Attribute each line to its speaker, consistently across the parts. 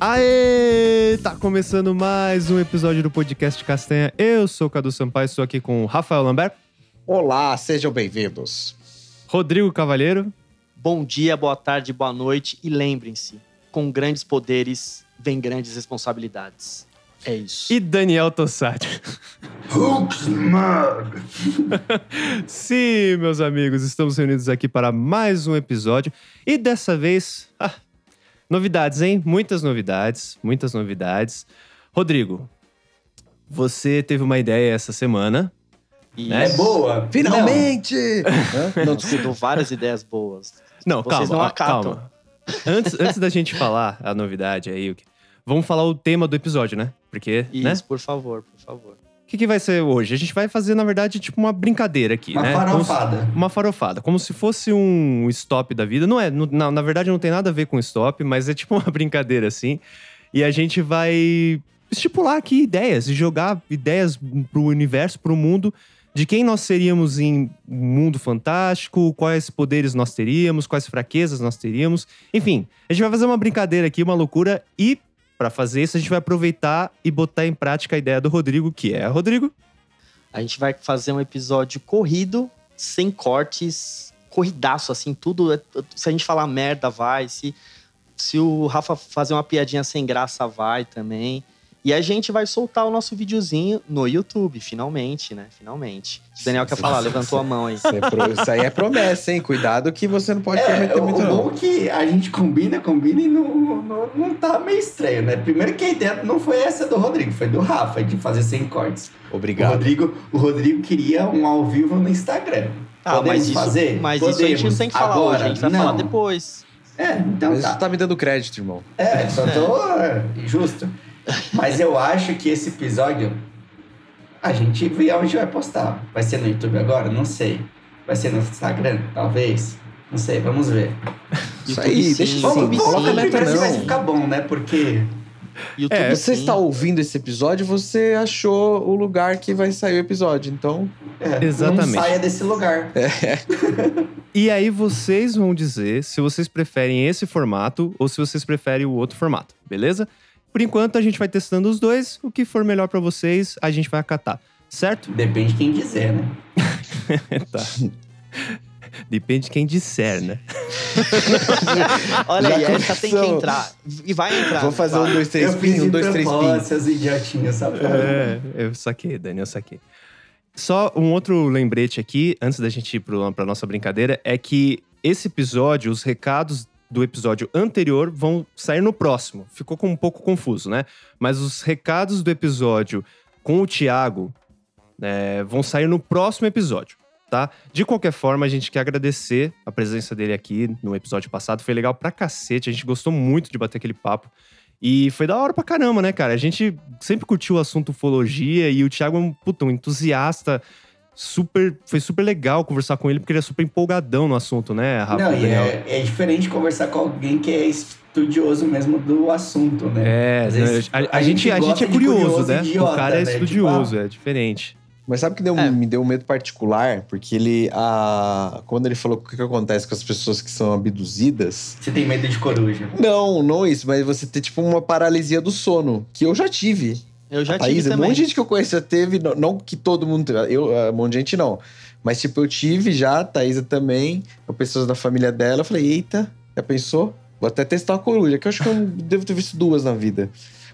Speaker 1: Aê! Tá começando mais um episódio do podcast Castanha. Eu sou o Cadu Sampaio, estou aqui com o Rafael Lambert,
Speaker 2: Olá, sejam bem-vindos.
Speaker 1: Rodrigo Cavalheiro
Speaker 3: Bom dia, boa tarde, boa noite e lembrem-se, com grandes poderes vem grandes responsabilidades. É isso.
Speaker 1: e Daniel Tossati.
Speaker 4: Huxmug.
Speaker 1: Sim, meus amigos, estamos reunidos aqui para mais um episódio e dessa vez, ah, novidades, hein? Muitas novidades, muitas novidades. Rodrigo, você teve uma ideia essa semana,
Speaker 3: E
Speaker 1: né?
Speaker 4: É boa.
Speaker 2: Finalmente! Hã?
Speaker 3: Não dou várias ideias boas.
Speaker 1: Não,
Speaker 3: Vocês
Speaker 1: calma,
Speaker 3: não
Speaker 1: ó,
Speaker 3: acatam.
Speaker 1: calma. Antes, antes da gente falar a novidade aí, o que- vamos falar o tema do episódio, né? Porque,
Speaker 3: Isso,
Speaker 1: né?
Speaker 3: por favor, por favor.
Speaker 1: O que, que vai ser hoje? A gente vai fazer, na verdade, tipo uma brincadeira aqui,
Speaker 4: Uma
Speaker 1: né? Como se-
Speaker 4: farofada.
Speaker 1: uma farofada, como se fosse um stop da vida. Não é, não- na, na verdade não tem nada a ver com stop, mas é tipo uma brincadeira assim. E a gente vai estipular aqui ideias e jogar ideias pro universo, pro mundo, de quem nós seríamos em um mundo fantástico, quais poderes nós teríamos, quais fraquezas nós teríamos. Enfim, a gente vai fazer uma brincadeira aqui, uma loucura e pra fazer isso a gente vai aproveitar e botar em prática a ideia do Rodrigo, que é, Rodrigo,
Speaker 3: A gente vai fazer um episódio corrido, sem cortes, corridaço, assim, tudo. é- Se a gente falar merda, vai. Se, se o Rafa fazer uma piadinha sem graça, vai também. E a gente vai soltar o nosso videozinho no YouTube, finalmente, né? Finalmente. O Daniel quer falar, levantou a mão aí.
Speaker 2: Isso, é pro- isso aí é promessa, hein? Cuidado que você não pode
Speaker 4: É,
Speaker 2: prometer
Speaker 4: o,
Speaker 2: muito,
Speaker 4: o
Speaker 2: não.
Speaker 4: bom é que a gente combina, combina e não, não, não tá meio estranho, né? Primeiro que a ideia não foi essa do Rodrigo, foi do Rafa, de fazer sem cortes. O
Speaker 2: Obrigado.
Speaker 4: Rodrigo, o Rodrigo queria um ao vivo no Instagram.
Speaker 3: Ah,
Speaker 4: Podemos
Speaker 3: mas isso,
Speaker 4: fazer?
Speaker 3: mas isso a gente não
Speaker 4: Podemos.
Speaker 3: tem que falar
Speaker 4: Agora?
Speaker 3: hoje, a gente vai
Speaker 4: Não.
Speaker 3: falar depois.
Speaker 4: É, então
Speaker 2: Mas
Speaker 4: tá.
Speaker 2: você tá me dando crédito, irmão.
Speaker 4: É, só tô é, justo. Mas eu acho que esse episódio a gente vê onde vai postar. Vai ser no YouTube agora? Não sei. Vai ser no Instagram? Talvez. Não sei, vamos ver.
Speaker 2: Isso
Speaker 3: YouTube
Speaker 2: aí,
Speaker 3: sim,
Speaker 2: deixa eu
Speaker 3: YouTube
Speaker 2: falar.
Speaker 4: Vamos
Speaker 3: sim,
Speaker 4: colocar
Speaker 2: meta,
Speaker 4: primeiro se vai
Speaker 2: não.
Speaker 4: ficar bom, né? Porque.
Speaker 3: YouTube
Speaker 1: É,
Speaker 2: você
Speaker 3: sim.
Speaker 2: está ouvindo esse episódio, você achou o lugar que vai sair o episódio, então.
Speaker 4: é,
Speaker 1: Exatamente. É.
Speaker 4: Não saia desse lugar.
Speaker 1: E aí vocês vão dizer se vocês preferem esse formato ou se vocês preferem o outro formato, beleza? Por enquanto a gente vai testando os dois, o que for melhor pra vocês, a gente vai acatar, certo?
Speaker 4: Depende de quem quiser, né?
Speaker 1: tá. Depende de quem disser, né?
Speaker 3: Olha
Speaker 2: Já
Speaker 3: aí, essa tem que
Speaker 2: começou.
Speaker 3: entrar. E vai entrar.
Speaker 2: Vou fazer
Speaker 3: vai.
Speaker 2: um, dois, três
Speaker 4: Ah, eu fiz
Speaker 2: pin, um,
Speaker 4: de
Speaker 2: dois, três pin.
Speaker 4: propósito, seus idiotinhos, sabe?
Speaker 1: É, eu saquei, Daniel, eu saquei. Só um outro lembrete aqui, antes da gente ir pro- pra nossa brincadeira, é que esse episódio, os recados do episódio anterior vão sair no próximo. Ficou com um pouco confuso, né? Mas os recados do episódio com o Thiago né, vão sair no próximo episódio, tá? De qualquer forma, a gente quer agradecer a presença dele aqui no episódio passado. Foi legal pra cacete, a gente gostou muito de bater aquele papo. E foi da hora pra caramba, né, cara? A gente sempre curtiu o assunto ufologia e o Thiago é um, puta, um entusiasta. Super, foi super legal conversar com ele, porque ele é super empolgadão no assunto, né, Rafa?
Speaker 4: Não, e
Speaker 1: Daniel?
Speaker 4: é, é diferente conversar com alguém que é estudioso mesmo do assunto, né?
Speaker 1: É,
Speaker 4: Às
Speaker 1: né,
Speaker 4: vezes,
Speaker 1: a, a
Speaker 4: a
Speaker 1: gente,
Speaker 4: gente
Speaker 1: a gente
Speaker 4: gosta
Speaker 1: é
Speaker 4: de
Speaker 1: curioso,
Speaker 4: curioso
Speaker 1: né?
Speaker 4: idiota,
Speaker 1: o cara é
Speaker 4: né? Tipo,
Speaker 1: estudioso, é diferente.
Speaker 2: Mas sabe que deu um-
Speaker 3: É.
Speaker 2: me deu um medo particular? Porque ele. ah, quando ele falou o que, que acontece com as pessoas que são abduzidas.
Speaker 4: Você tem medo de coruja.
Speaker 2: Não, não isso, mas você ter tipo uma paralisia do sono, que eu já tive.
Speaker 3: Eu já tive
Speaker 2: Thaís, um
Speaker 3: Tá também.
Speaker 2: monte de gente que eu conheço já teve, não, não que todo mundo teve, eu, ah, um monte de gente não. Mas tipo, eu tive já, a Thaisa também, eu, pessoas da família dela, eu falei, eita, já pensou? Vou até testar uma coruja, que eu acho que eu devo ter visto duas na vida.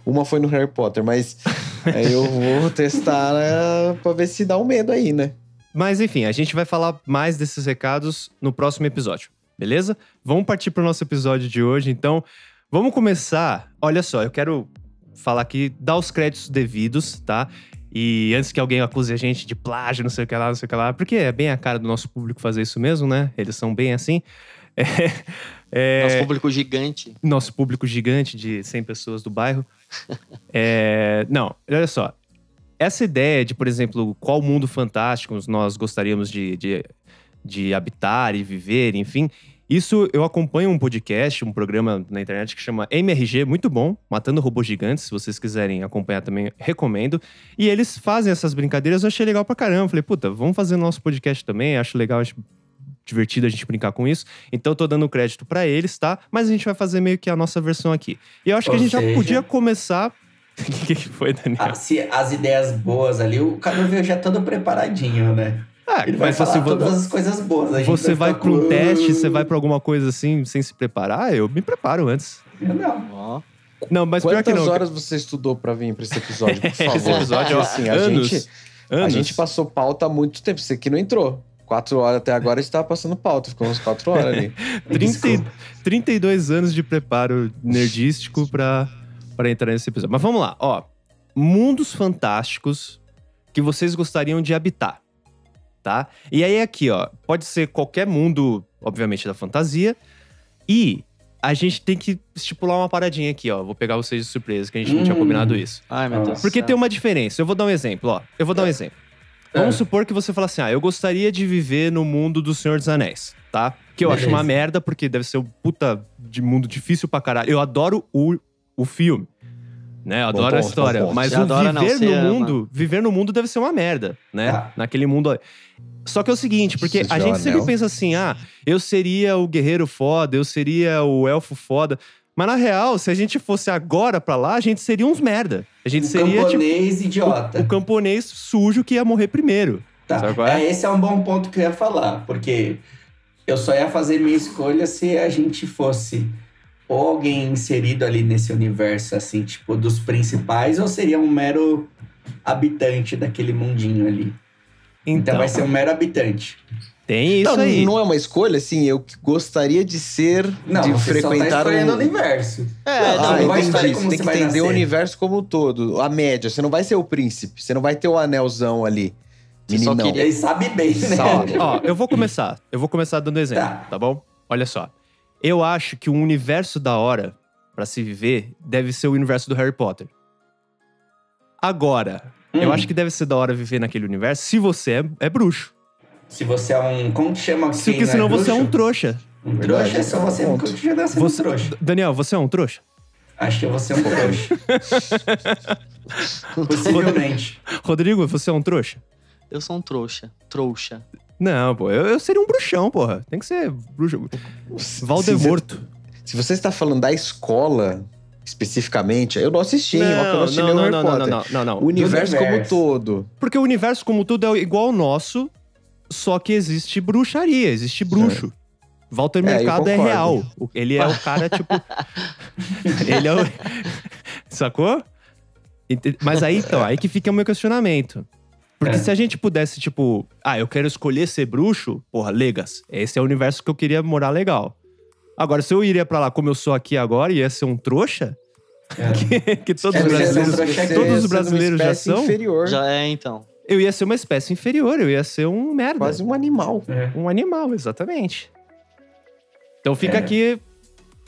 Speaker 2: Uma foi no Harry Potter, mas aí eu vou testar né, pra ver se dá um medo aí, né?
Speaker 1: Mas enfim, a gente vai falar mais desses recados no próximo episódio, beleza? Vamos partir para o nosso episódio de hoje, então. Vamos começar. Olha só, eu quero falar aqui, dar os créditos devidos, tá? E antes que alguém acuse a gente de plágio, não sei o que lá, não sei o que lá, porque é bem a cara do nosso público fazer isso mesmo, né? Eles são bem assim. É, é,
Speaker 3: Nosso público gigante.
Speaker 1: nosso público gigante de 100 pessoas do bairro. É, não, olha só. Essa ideia de, por exemplo, qual mundo fantástico nós gostaríamos de, de, de habitar e viver, enfim. Isso eu acompanho um podcast, um programa na internet que chama MRG, muito bom, Matando Robôs Gigantes. Se vocês quiserem acompanhar também, recomendo. E eles fazem essas brincadeiras, eu achei legal pra caramba. Falei, puta, vamos fazer nosso podcast também, acho legal, acho divertido a gente brincar com isso. Então eu tô dando crédito pra eles, tá? Mas a gente vai fazer meio que a nossa versão aqui. E eu acho que
Speaker 4: Ou
Speaker 1: a gente já
Speaker 4: seja-
Speaker 1: podia começar. O que, que foi, Daniel?
Speaker 4: Ah, se as ideias boas ali, o Cadu veio já é todo preparadinho, né?
Speaker 1: Ah,
Speaker 4: Ele vai
Speaker 1: mas você,
Speaker 4: falar todas as coisas boas. a gente
Speaker 1: você vai
Speaker 4: ficar
Speaker 1: pra um
Speaker 4: com-
Speaker 1: teste, você vai pra alguma coisa assim, sem se preparar? Eu me preparo antes.
Speaker 4: Eu não.
Speaker 3: Ó,
Speaker 1: Não, mas pior que
Speaker 2: Quantas
Speaker 1: não.
Speaker 2: horas você estudou pra vir pra esse episódio, por favor?
Speaker 1: Esse episódio, ó,
Speaker 2: Porque, assim, a
Speaker 1: anos,
Speaker 2: gente,
Speaker 1: anos.
Speaker 2: a gente passou pauta há muito tempo. Você que não entrou. Quatro horas até agora a gente tava passando pauta. Ficou uns quatro horas ali.
Speaker 4: Me
Speaker 1: 30 e-
Speaker 4: desculpa.
Speaker 1: 32 anos de preparo nerdístico pra, pra entrar nesse episódio. Mas vamos lá, ó. Mundos fantásticos que vocês gostariam de habitar, tá? E aí aqui, ó, pode ser qualquer mundo, obviamente, da fantasia. E a gente tem que estipular uma paradinha aqui, ó. Vou pegar vocês de surpresa, que a gente não tinha
Speaker 4: Hum.
Speaker 1: combinado isso.
Speaker 3: Ai, meu
Speaker 4: Ah.
Speaker 3: Deus. do
Speaker 1: Porque
Speaker 3: céu.
Speaker 1: tem uma diferença. Eu vou dar um exemplo, ó. Eu vou dar um exemplo. Vamos
Speaker 4: É.
Speaker 1: supor que você fala assim: ah, eu gostaria de viver no mundo do Senhor dos Anéis, tá? Que eu acho
Speaker 4: Beleza.
Speaker 1: uma merda, porque deve ser um puta de mundo difícil pra caralho. Eu adoro o, o filme. Né? Eu
Speaker 2: Bom
Speaker 1: adoro a
Speaker 2: ponto,
Speaker 1: história.
Speaker 2: bom ponto.
Speaker 1: Mas
Speaker 3: Você
Speaker 1: o
Speaker 3: adora, não,
Speaker 1: viver
Speaker 3: você
Speaker 1: no
Speaker 3: ama.
Speaker 1: mundo, viver no mundo deve ser uma merda, né?
Speaker 4: Tá.
Speaker 1: Naquele mundo. Só que é o seguinte, porque
Speaker 2: Isso
Speaker 1: a
Speaker 2: de
Speaker 1: gente sempre
Speaker 2: anel.
Speaker 1: pensa assim: ah, eu seria o guerreiro foda, eu seria o elfo foda. Mas na real, se a gente fosse agora pra lá, a gente seria uns merda. A gente
Speaker 4: Um
Speaker 1: seria tipo
Speaker 4: camponês idiota.
Speaker 1: o camponês sujo que ia morrer primeiro.
Speaker 4: Tá.
Speaker 1: Sabe qual é?
Speaker 4: É, esse é um bom ponto que eu ia falar, porque eu só ia fazer minha escolha se a gente fosse ou alguém inserido ali nesse universo, assim, tipo, dos principais, ou seria um mero habitante daquele mundinho ali. Então,
Speaker 1: Então,
Speaker 4: vai ser um Então, mero habitante.
Speaker 1: tem isso
Speaker 2: não,
Speaker 1: aí.
Speaker 2: não é uma escolha, assim. Eu que gostaria de ser,
Speaker 4: Não,
Speaker 2: de
Speaker 4: você só tá
Speaker 2: frequentar
Speaker 4: escolhendo o
Speaker 2: um-
Speaker 4: universo.
Speaker 3: É,
Speaker 4: Ah,
Speaker 3: não,
Speaker 2: ah,
Speaker 4: vai
Speaker 2: entendi.
Speaker 4: saber
Speaker 2: Você tem
Speaker 4: como você
Speaker 2: que
Speaker 4: vai
Speaker 2: entender o
Speaker 4: nascer.
Speaker 2: universo como um todo, a média. Você não vai ser o príncipe, você não vai ter o anelzão ali.
Speaker 3: Você só
Speaker 2: Meninão.
Speaker 4: E
Speaker 3: queria-
Speaker 4: aí sabe bem, né?
Speaker 2: Sabe.
Speaker 1: Ó, eu vou começar. Eu vou começar dando exemplo, tá,
Speaker 4: Tá.
Speaker 1: bom? Olha só. Eu acho que o universo da hora pra se viver deve ser o universo do Harry Potter. Agora, eu
Speaker 4: Hum.
Speaker 1: acho que deve ser da hora viver naquele universo se você é, é bruxo.
Speaker 4: Se você é um. Como que chama
Speaker 1: Se,
Speaker 4: quem
Speaker 1: porque
Speaker 4: não é
Speaker 1: senão você é um
Speaker 4: bruxo?
Speaker 1: trouxa.
Speaker 4: Um trouxa é só
Speaker 2: Verdade,
Speaker 4: você.
Speaker 2: cara.
Speaker 4: porque Eu já nasci
Speaker 1: Você-
Speaker 4: um trouxa.
Speaker 1: Daniel, você é um trouxa?
Speaker 4: Acho que você é um trouxa. Possivelmente.
Speaker 1: Rodrigo, você é um trouxa?
Speaker 3: Eu sou um trouxa. Trouxa.
Speaker 1: Não, pô, eu, eu seria um bruxão, porra. Tem que ser bruxo.
Speaker 2: Se-
Speaker 1: Valdemorto.
Speaker 2: Se, se você está falando da escola, especificamente, eu não assisti, hein? Ó, que eu não assisti
Speaker 4: um
Speaker 2: nenhum Harry Potter.
Speaker 1: não, não.
Speaker 2: O universo
Speaker 4: Do
Speaker 2: como um
Speaker 4: universo.
Speaker 2: todo.
Speaker 1: Porque o universo como tudo é igual ao nosso, só que existe bruxaria, existe bruxo. Walter
Speaker 2: É, eu
Speaker 1: Mercado é
Speaker 2: concordo.
Speaker 1: real. O- Ele é o cara, tipo. ele é o. Sacou? Ente- Mas aí, então, aí que fica o meu questionamento. Porque
Speaker 4: É.
Speaker 1: se a gente pudesse, tipo, ah, eu quero escolher ser bruxo, porra, Legas, esse é o universo que eu queria morar legal. Agora, se eu iria pra lá como eu sou aqui agora e ia ser um trouxa,
Speaker 4: É.
Speaker 1: que, que todos
Speaker 4: É,
Speaker 1: os
Speaker 4: você é um
Speaker 1: brasileiros
Speaker 4: trouxa
Speaker 2: Você-
Speaker 4: que-
Speaker 1: todos os
Speaker 2: você é uma
Speaker 1: brasileiros já
Speaker 2: espécie
Speaker 1: são?
Speaker 2: inferior,
Speaker 3: Já é, então.
Speaker 1: eu ia ser uma espécie inferior, eu ia ser um merda.
Speaker 2: quase um animal.
Speaker 4: É.
Speaker 1: Um animal, exatamente. Então fica
Speaker 4: É.
Speaker 1: aqui.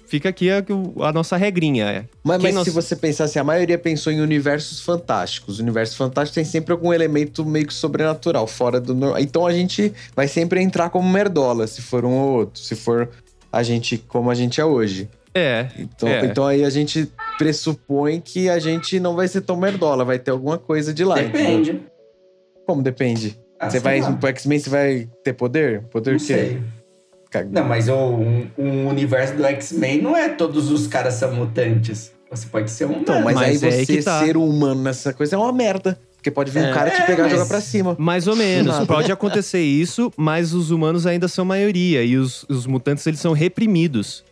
Speaker 1: Fica aqui a, a nossa regrinha.
Speaker 2: Mas,
Speaker 1: Quem
Speaker 2: mas
Speaker 1: não-
Speaker 2: se você pensar assim, a maioria pensou em universos fantásticos. O universo fantástico tem sempre algum elemento meio que sobrenatural, fora do normal. Então a gente vai sempre entrar como merdola, se for um ou outro, se for a gente como a gente é hoje.
Speaker 1: É.
Speaker 2: Então,
Speaker 1: É.
Speaker 2: então aí a gente pressupõe que a gente não vai ser tão merdola, vai ter alguma coisa de lá. entendeu?
Speaker 4: Depende.
Speaker 2: Como depende?
Speaker 4: Ah,
Speaker 2: você
Speaker 4: sei
Speaker 2: vai,
Speaker 4: lá.
Speaker 2: pro X-Men você vai ter poder? Poder
Speaker 4: Não
Speaker 2: o quê?
Speaker 4: sei.
Speaker 2: Cag-
Speaker 4: Não, mas o um, um universo do X-Men não é todos os caras são mutantes. Você pode ser um.
Speaker 2: Então,
Speaker 4: humano.
Speaker 2: mas,
Speaker 1: Mas é
Speaker 2: aí
Speaker 1: aí
Speaker 2: você
Speaker 1: que tá.
Speaker 2: ser humano nessa coisa é uma merda. Porque pode vir um
Speaker 3: É.
Speaker 2: cara te
Speaker 4: É,
Speaker 2: pegar e jogar
Speaker 4: mas-
Speaker 2: pra cima.
Speaker 1: Mais ou menos.
Speaker 2: Nada.
Speaker 1: Pode acontecer isso, mas os humanos ainda são maioria. E os, os mutantes, eles são reprimidos.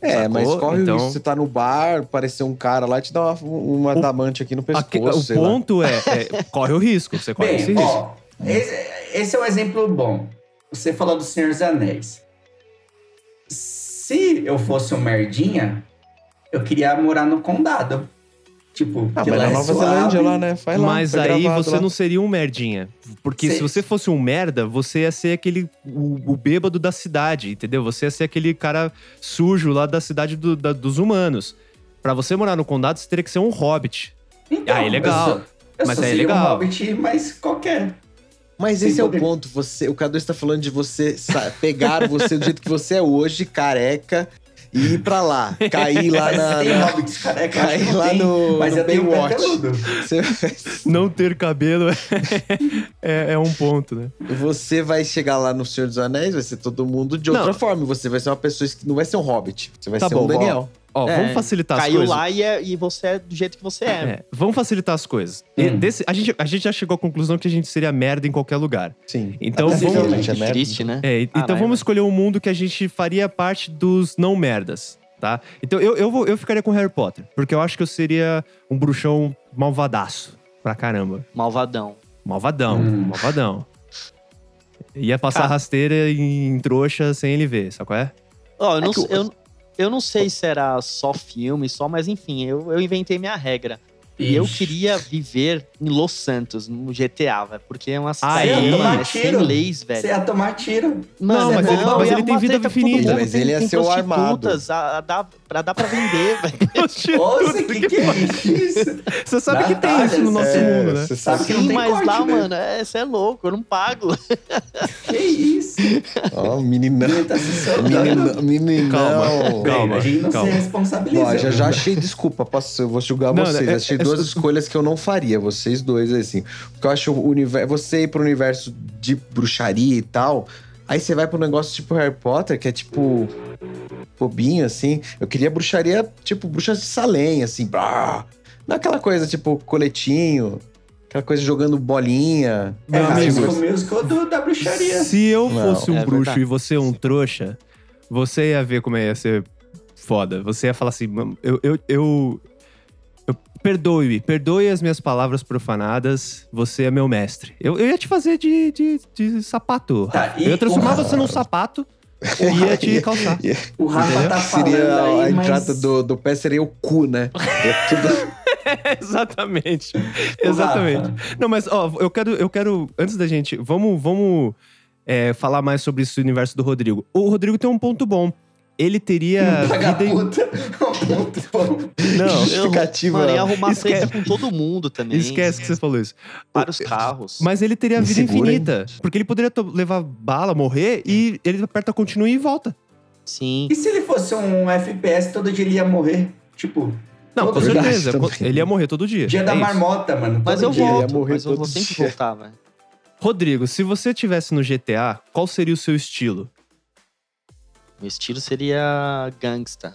Speaker 2: É,
Speaker 1: Sacou?
Speaker 2: mas corre o
Speaker 1: Então-
Speaker 2: risco. Você tá no bar, aparecer um cara lá e te dá uma, uma damante aqui no pescoço.
Speaker 1: Aqui- o
Speaker 2: sei lá.
Speaker 1: ponto é, é, corre o risco. Você corre esse
Speaker 4: Bem,
Speaker 1: risco.
Speaker 4: ó, esse, esse é um exemplo bom. Você falou do Senhor dos Anéis. Se eu fosse um merdinha, eu queria morar no condado. Tipo,
Speaker 2: Ah,
Speaker 4: que
Speaker 2: mas
Speaker 4: lá
Speaker 2: na
Speaker 4: é
Speaker 2: Nova
Speaker 4: suave.
Speaker 2: Zelândia lá, né? Faz lá.
Speaker 1: Mas
Speaker 2: foi
Speaker 1: aí
Speaker 2: gravado
Speaker 1: você
Speaker 2: lá.
Speaker 1: não seria um merdinha. Porque se
Speaker 4: Sim.
Speaker 1: você fosse um merda, você ia ser aquele. O, o bêbado da cidade, entendeu? Você ia ser aquele cara sujo lá da cidade do- da- dos humanos. Pra você morar no condado, você teria que ser um hobbit.
Speaker 4: Então,
Speaker 1: Ah, é legal.
Speaker 4: Eu só, eu
Speaker 1: Mas
Speaker 4: só
Speaker 1: é
Speaker 4: seria um
Speaker 1: legal.
Speaker 4: hobbit, mas qualquer.
Speaker 2: Mas
Speaker 4: Sem
Speaker 2: esse é o
Speaker 4: poder.
Speaker 2: ponto. Você, o Cadu está falando de você sa- pegar você do jeito que você é hoje, careca, e ir pra lá, cair lá
Speaker 4: Mas
Speaker 2: na.
Speaker 4: tem
Speaker 2: na-
Speaker 4: hobbits careca, eu acho que
Speaker 2: cair
Speaker 4: não
Speaker 2: lá
Speaker 4: tem,
Speaker 2: no.
Speaker 4: Mas
Speaker 2: no
Speaker 4: eu tenho um pé
Speaker 2: Baywatch.
Speaker 4: peludo.
Speaker 2: Você,
Speaker 1: Não ter cabelo é, é um ponto, né?
Speaker 2: você vai chegar lá no Senhor dos Anéis, vai ser todo mundo de
Speaker 1: Não.
Speaker 2: outra forma. Você vai ser uma pessoa que não vai ser um hobbit. Você vai
Speaker 1: Tá
Speaker 2: ser
Speaker 1: bom,
Speaker 2: um Daniel.
Speaker 1: Ó,
Speaker 3: É,
Speaker 1: vamos
Speaker 2: Tá,
Speaker 1: facilitar as
Speaker 3: Caiu
Speaker 1: coisas.
Speaker 3: lá e, é- e você é do jeito que você é.
Speaker 1: É, vamos facilitar as coisas. E
Speaker 4: Hum.
Speaker 1: desse- a, gente, a gente já chegou à conclusão que a gente seria merda em qualquer lugar.
Speaker 2: Sim.
Speaker 1: Então
Speaker 2: Tá
Speaker 1: vamos,
Speaker 2: possivelmente, é
Speaker 3: Que
Speaker 2: merda.
Speaker 3: triste, né?
Speaker 1: É, e-
Speaker 3: Caralho,
Speaker 1: então
Speaker 3: velho.
Speaker 1: vamos escolher um mundo que a gente faria parte dos não merdas, tá? Então eu, eu, vou- eu ficaria com Harry Potter, porque eu acho que eu seria um bruxão malvadaço pra caramba.
Speaker 3: Malvadão.
Speaker 1: Malvadão,
Speaker 4: Hum.
Speaker 1: malvadão. Ia passar
Speaker 3: Cara.
Speaker 1: rasteira em, em trouxa sem ele ver, sabe qual é?
Speaker 3: Ó, eu, não,
Speaker 2: que o-
Speaker 3: eu, eu não sei se era só filme, só, mas enfim, eu, eu inventei minha regra. E
Speaker 4: Ixi.
Speaker 3: eu queria viver em Los Santos, no GTA, velho. Porque é
Speaker 1: Ah,
Speaker 3: uma cidade
Speaker 1: Aí.
Speaker 3: mano, é
Speaker 4: Mas
Speaker 3: sem
Speaker 4: tiro.
Speaker 3: leis, velho.
Speaker 4: Você ia tomar tiro.
Speaker 1: é- Não,
Speaker 3: é
Speaker 1: mas ele-
Speaker 3: bom,
Speaker 1: mas ele
Speaker 3: ia
Speaker 1: tem
Speaker 3: arrumar
Speaker 1: vida
Speaker 3: treta com todo
Speaker 1: infinita.
Speaker 3: mundo,
Speaker 2: Mas
Speaker 3: tem-
Speaker 2: ele ia
Speaker 3: tem
Speaker 2: ser o armado.
Speaker 3: prostitutas, A, a dá, pra, dá pra vender, velho.
Speaker 4: Nossa, que que é isso?
Speaker 1: Você sabe que
Speaker 4: tá,
Speaker 1: tem isso no nosso
Speaker 2: É,
Speaker 1: mundo, né?
Speaker 2: você
Speaker 4: Sabe que não
Speaker 3: Sim,
Speaker 4: tem
Speaker 3: mas
Speaker 4: corte,
Speaker 3: lá,
Speaker 4: né?
Speaker 3: mano, é, você é louco, eu não pago.
Speaker 4: Que isso?
Speaker 2: Ó, meninão.
Speaker 4: Ele tá se soltando.
Speaker 2: Meninão.
Speaker 1: Calma.
Speaker 2: meninão.
Speaker 4: Bem, a gente não
Speaker 1: Calma.
Speaker 4: se responsabiliza.
Speaker 2: Ó, já, já achei desculpa, posso, eu vou julgar
Speaker 1: Não,
Speaker 2: vocês.
Speaker 1: é-
Speaker 2: achei
Speaker 1: é
Speaker 2: duas
Speaker 1: só-
Speaker 2: escolhas que eu não faria, vocês dois, assim. Porque eu acho o universo. Você ir pro universo de bruxaria e tal. Aí você vai pro negócio tipo Harry Potter, que é tipo. Bobinho, assim. Eu queria bruxaria, tipo, bruxas de Salem, assim. Brá. Não aquela coisa, tipo, coletinho. Aquela coisa jogando bolinha. Assim,
Speaker 4: É,
Speaker 1: Meu
Speaker 4: High
Speaker 1: amigo.
Speaker 4: School Musical do, da bruxaria.
Speaker 1: Se eu
Speaker 2: Não,
Speaker 1: fosse um
Speaker 3: é
Speaker 1: bruxo
Speaker 3: verdade.
Speaker 1: e você um trouxa, você ia ver como ia ser foda. Você ia falar assim, "Mam, eu, eu, eu, eu- perdoe-me, perdoe as minhas palavras profanadas, você é meu mestre. Eu, eu ia te fazer de, de, de sapato.
Speaker 4: Tá,
Speaker 1: Rafa.
Speaker 4: e
Speaker 1: eu ia transformar
Speaker 4: o-
Speaker 1: você num sapato e ia te calçar.
Speaker 4: O Rafa
Speaker 1: Entendeu?
Speaker 4: tá falando
Speaker 2: Seria a,
Speaker 4: aí, mas
Speaker 2: entrada do, do pé seria o cu, né? É tudo-
Speaker 1: Exatamente.
Speaker 4: o
Speaker 1: Exatamente.
Speaker 4: Rafa,
Speaker 1: Não, mas ó, eu quero, eu quero, antes da gente, vamos, vamos é, falar mais sobre esse universo do Rodrigo. O Rodrigo tem um ponto bom. Ele teria vida em...
Speaker 4: vagabundo, um ponto.
Speaker 1: Não,
Speaker 2: Justificativa.
Speaker 3: Mano, ia arrumar
Speaker 1: Esquece.
Speaker 3: treta com todo mundo também.
Speaker 1: Esquece que você falou isso.
Speaker 3: Vários carros.
Speaker 1: Mas ele teria
Speaker 2: Me
Speaker 1: vida
Speaker 2: segura, hein?
Speaker 1: infinita. Porque ele poderia to- levar bala, morrer e ele aperta continue e volta.
Speaker 3: Sim.
Speaker 4: E se ele fosse um FPS, todo dia ele ia morrer? Tipo,
Speaker 1: Não, com
Speaker 2: Verdade,
Speaker 1: certeza.
Speaker 2: também.
Speaker 1: Ele ia morrer todo dia.
Speaker 4: dia da
Speaker 1: É isso.
Speaker 4: marmota, mano.
Speaker 3: Mas eu
Speaker 4: todo dia.
Speaker 2: ia
Speaker 3: volto,
Speaker 2: morrer
Speaker 3: mas eu vou
Speaker 2: todo
Speaker 3: sempre
Speaker 2: dia.
Speaker 3: voltar, velho.
Speaker 1: Rodrigo, se você tivesse no GTA, qual seria o seu estilo?
Speaker 3: Meu estilo seria gangsta.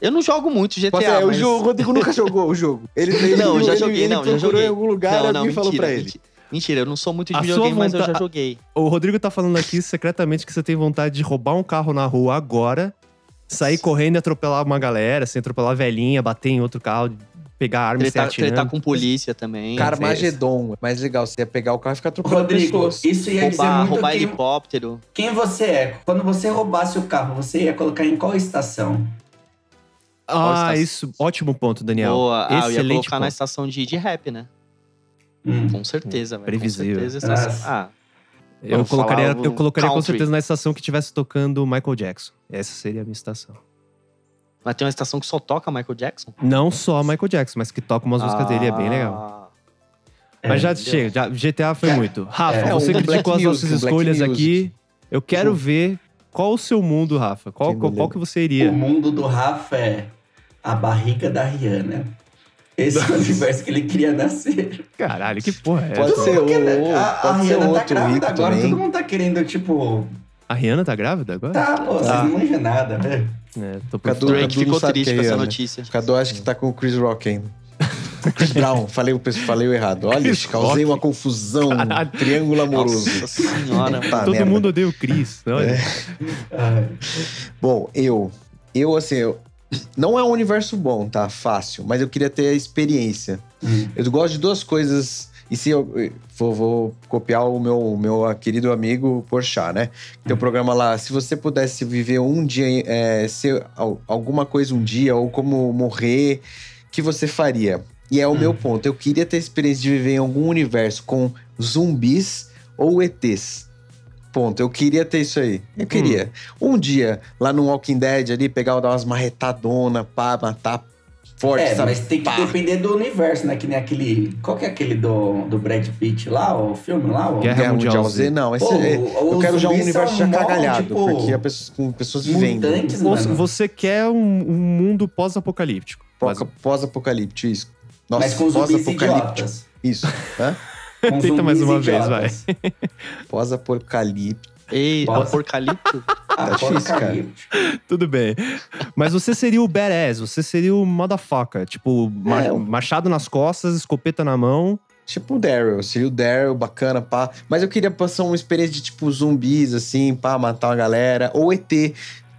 Speaker 3: Eu não jogo muito GTA,
Speaker 2: Pode ser, é, o
Speaker 3: mas...
Speaker 2: jogo, o Rodrigo nunca jogou o jogo. Ele, ele
Speaker 3: Não, eu já
Speaker 2: ele-
Speaker 3: joguei,
Speaker 2: ele
Speaker 3: não, já
Speaker 2: procurou
Speaker 3: joguei.
Speaker 2: em algum lugar
Speaker 3: Não,
Speaker 2: e
Speaker 3: não,
Speaker 2: alguém falou
Speaker 3: mentira,
Speaker 2: pra ele.
Speaker 3: mentira. Mentira, eu não sou muito de
Speaker 1: A sua
Speaker 3: videogame, mas eu já
Speaker 1: vontade-
Speaker 3: joguei.
Speaker 1: O Rodrigo tá falando aqui secretamente que você tem vontade de roubar um carro na rua agora, sair correndo e atropelar uma galera, sem atropelar a velhinha, bater em outro carro, pegar arma né? e sair
Speaker 3: Tretar,
Speaker 1: atirando.
Speaker 3: tretar tá- com polícia também. né?
Speaker 2: Cara,
Speaker 1: mas-
Speaker 2: Magedon, é mais legal. Você ia pegar o carro e ficar trocando
Speaker 4: Rodrigo,
Speaker 2: pessoas.
Speaker 4: isso ia
Speaker 3: roubar,
Speaker 2: é
Speaker 4: dizer muito
Speaker 3: roubar
Speaker 4: quem,
Speaker 3: helicóptero.
Speaker 4: quem você é. Quando você roubasse o carro, você ia colocar em qual estação?
Speaker 1: Ah,
Speaker 3: Nossa.
Speaker 1: isso. Ótimo ponto, Daniel.
Speaker 3: Boa. Ah, eu ia
Speaker 1: Excelente
Speaker 3: colocar na
Speaker 1: ponto.
Speaker 3: estação de, de rap, né?
Speaker 4: Hum.
Speaker 3: Com certeza, velho.
Speaker 1: Previsível.
Speaker 3: Com certeza. Estação...
Speaker 4: Nossa.
Speaker 3: Ah,
Speaker 1: Eu
Speaker 3: Vamos
Speaker 1: colocaria,
Speaker 3: falar o
Speaker 1: eu colocaria com
Speaker 3: country.
Speaker 1: certeza na estação que estivesse tocando Michael Jackson. Essa seria a minha estação.
Speaker 3: mas tem uma estação que só toca Michael Jackson?
Speaker 1: Não só Michael Jackson, mas que toca umas músicas dele, é
Speaker 3: Ah,
Speaker 1: bem legal. Mas já
Speaker 3: entendeu?
Speaker 1: chega, já- GTA foi muito. Rafa,
Speaker 4: É,
Speaker 1: você
Speaker 2: um Black
Speaker 1: criticou as nossas
Speaker 2: Music, um Black
Speaker 1: escolhas aqui.
Speaker 2: Music.
Speaker 1: Eu quero ver qual o seu mundo, Rafa. Qual,
Speaker 2: Que
Speaker 1: qual, qual
Speaker 2: beleza.
Speaker 1: que você
Speaker 4: O
Speaker 1: iria?
Speaker 4: mundo do Rafa é a barriga da Rihanna. Esse é o universo que ele queria nascer.
Speaker 1: Caralho, que porra é
Speaker 2: Pode
Speaker 1: essa?
Speaker 2: ser o
Speaker 4: Porque né, a, a
Speaker 2: pode ser
Speaker 4: Rihanna tá
Speaker 2: outro
Speaker 4: grávida
Speaker 2: rico
Speaker 4: agora, todo
Speaker 2: também.
Speaker 4: mundo tá querendo, tipo,
Speaker 1: A Rihanna tá grávida agora?
Speaker 4: tá, pô, vocês
Speaker 2: Tá.
Speaker 4: não manjam nada, né?
Speaker 1: É, tô por
Speaker 2: Cadu,
Speaker 1: fora.
Speaker 3: Drake
Speaker 2: Cadu não
Speaker 3: ficou
Speaker 2: sabe
Speaker 3: triste
Speaker 2: quem
Speaker 3: com
Speaker 2: é,
Speaker 3: essa
Speaker 2: né?
Speaker 3: notícia.
Speaker 2: Cadu acho que tá com o Chris Rock ainda. Chris Brown, falei, o pes- falei o errado. Olha,
Speaker 1: Chris Rock.
Speaker 2: causei uma confusão,
Speaker 1: Caralho.
Speaker 2: triângulo amoroso.
Speaker 3: Nossa senhora. mano.
Speaker 2: Tá,
Speaker 1: Todo
Speaker 2: merda. É.
Speaker 1: mundo odeia o Chris. Olha.
Speaker 4: Ai,
Speaker 2: Bom, eu. Eu, assim, eu- não é um universo bom, tá? Fácil, mas eu queria ter a experiência.
Speaker 4: Hum.
Speaker 2: Eu gosto de duas coisas. E se eu. eu Vou, vou copiar o meu, meu querido amigo Porchat, né?
Speaker 4: Uhum.
Speaker 2: Tem um programa lá. Se você pudesse viver um dia, é, ser al- alguma coisa um dia, ou como morrer, que você faria? E é o
Speaker 4: Hum.
Speaker 2: meu ponto. Eu queria ter a experiência de viver em algum universo com zumbis ou ETs. Ponto. Eu queria ter isso aí. Eu
Speaker 4: Uhum.
Speaker 2: queria. Um dia, lá no Walking Dead ali, pegar, dar umas marretadona, pá, matar forte,
Speaker 4: É,
Speaker 2: sabe?
Speaker 4: mas tem que
Speaker 2: Pá.
Speaker 4: depender do universo, né? Que nem aquele. Qual que é aquele do, do Brad Pitt lá, o filme lá? O...
Speaker 1: Guerra
Speaker 2: Guerra Mundial
Speaker 1: Mundial
Speaker 2: Z, não. Esse,
Speaker 4: Pô,
Speaker 2: é-
Speaker 4: o-
Speaker 2: eu
Speaker 4: os
Speaker 2: quero já um
Speaker 4: zumbis
Speaker 2: universo já
Speaker 4: são mó,
Speaker 2: cagalhado,
Speaker 4: tipo,
Speaker 2: porque é pessoas, com pessoas né? vivendo.
Speaker 4: Mutantes,
Speaker 1: Ou
Speaker 4: mano.
Speaker 1: você quer um, um mundo pós-apocalíptico.
Speaker 2: Pós-
Speaker 1: Mas-
Speaker 2: Pós-apocalipse, isso. Nossa,
Speaker 4: mas com zumbis
Speaker 2: pós-apocalíptico.
Speaker 4: idiotas.
Speaker 2: Isso. Hã?
Speaker 4: Com
Speaker 1: Tenta
Speaker 4: zumbis
Speaker 1: mais uma vez,
Speaker 4: idiotas.
Speaker 2: Pós-apocalipse.
Speaker 3: Ei,
Speaker 4: Nossa.
Speaker 3: apocalipto.
Speaker 4: Ah,
Speaker 2: Tá difícil, cara.
Speaker 4: Apocalipse.
Speaker 1: Tudo bem. Mas você seria o badass, você seria o motherfucker. Tipo, ma-
Speaker 2: É, eu-
Speaker 1: machado nas costas, escopeta na mão.
Speaker 2: Tipo o Daryl, seria o Daryl, bacana, pá. Mas eu queria passar uma experiência de, tipo, zumbis, assim, pá, matar uma galera. Ou ET,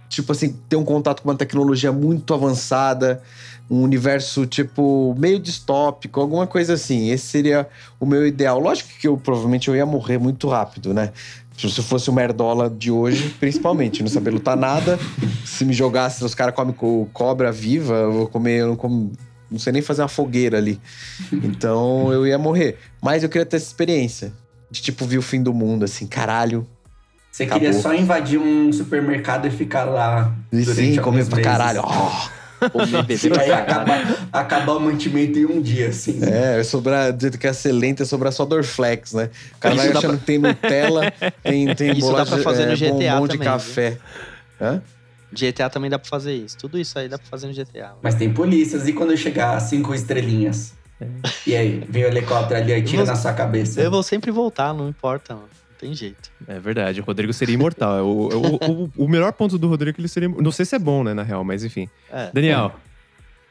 Speaker 2: tipo assim, ter um contato com uma tecnologia muito avançada, um universo, tipo, meio distópico, alguma coisa assim. Esse seria o meu ideal. Lógico que eu provavelmente eu ia morrer muito rápido, né? Se eu fosse o merdola de hoje, principalmente, não saber lutar nada. Se me jogasse, os caras comem co- cobra viva, eu vou comer, eu não como. Não sei nem fazer uma fogueira ali. Então eu ia morrer. Mas eu queria ter essa experiência. De tipo, ver o fim do mundo, assim, caralho.
Speaker 4: Você queria
Speaker 2: Acabou.
Speaker 4: só invadir um supermercado e ficar lá.
Speaker 2: E
Speaker 4: durante
Speaker 2: sim,
Speaker 4: alguns
Speaker 2: comer pra
Speaker 4: meses.
Speaker 2: caralho. Oh. ó.
Speaker 3: Comer, beber
Speaker 4: E
Speaker 3: pra
Speaker 4: aí
Speaker 3: caralho.
Speaker 4: acabar, acabar o mantimento em um dia, assim.
Speaker 2: É, sobrar, do jeito que é excelente, é sobrar só Dorflex, né? O cara vai
Speaker 3: Isso dá
Speaker 2: achando que tem Nutella, tem, tem
Speaker 3: Isso dá
Speaker 2: bolacha,
Speaker 3: pra fazer no
Speaker 2: é,
Speaker 3: GTA
Speaker 2: bombom de
Speaker 3: também,
Speaker 2: café. Hã?
Speaker 3: GTA também dá pra fazer isso. Tudo isso aí dá pra fazer no GTA.
Speaker 4: Mas tem polícias. E quando eu chegar a cinco estrelinhas?
Speaker 1: É.
Speaker 4: E aí, vem o helicóptero ali e tira
Speaker 3: Eu vou-
Speaker 4: na sua cabeça.
Speaker 2: é.
Speaker 3: Eu vou sempre voltar, não importa, mano. Não tem jeito.
Speaker 1: É verdade, o Rodrigo seria imortal. É O, o, o, o melhor ponto do Rodrigo é que ele seria. Não sei se é bom, né, na real, mas enfim.
Speaker 3: É.
Speaker 1: Daniel,
Speaker 2: É.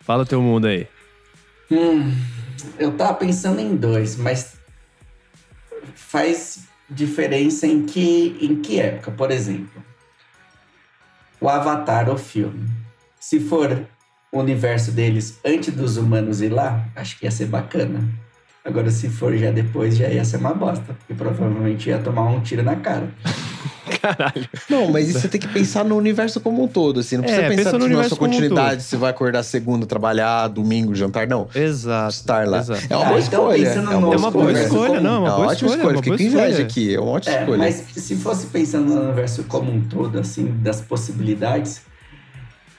Speaker 1: fala teu mundo aí.
Speaker 4: Hum, eu tava pensando em dois, mas faz diferença em que, em que época, por exemplo. O Avatar, o filme. Se for o universo deles antes dos humanos ir lá, acho que ia ser bacana. Agora, se for já depois, já ia ser uma bosta, porque provavelmente ia tomar um tiro na cara.
Speaker 2: Não, mas isso você tem que pensar no universo como um todo, assim. Não precisa
Speaker 1: É,
Speaker 2: pensar
Speaker 1: pensa no
Speaker 2: tipo, na
Speaker 1: universo
Speaker 2: sua
Speaker 1: como um
Speaker 2: continuidade, se vai acordar segunda, trabalhar, domingo, jantar, não.
Speaker 1: Exato.
Speaker 2: Estar lá.
Speaker 1: exato.
Speaker 2: É uma
Speaker 4: Tá,
Speaker 2: boa
Speaker 4: então
Speaker 2: escolha.
Speaker 4: pensa no
Speaker 2: é uma boa
Speaker 4: nosso
Speaker 2: escolha.
Speaker 4: universo comum.
Speaker 1: não, é uma
Speaker 2: Não,
Speaker 1: boa
Speaker 2: ótima
Speaker 1: escolha,
Speaker 2: escolha.
Speaker 1: uma
Speaker 2: Fiquei
Speaker 1: boa
Speaker 2: com inveja
Speaker 1: escolha.
Speaker 2: aqui. É uma ótima
Speaker 4: É,
Speaker 2: escolha.
Speaker 4: mas se fosse pensando no universo como um todo, assim, das possibilidades,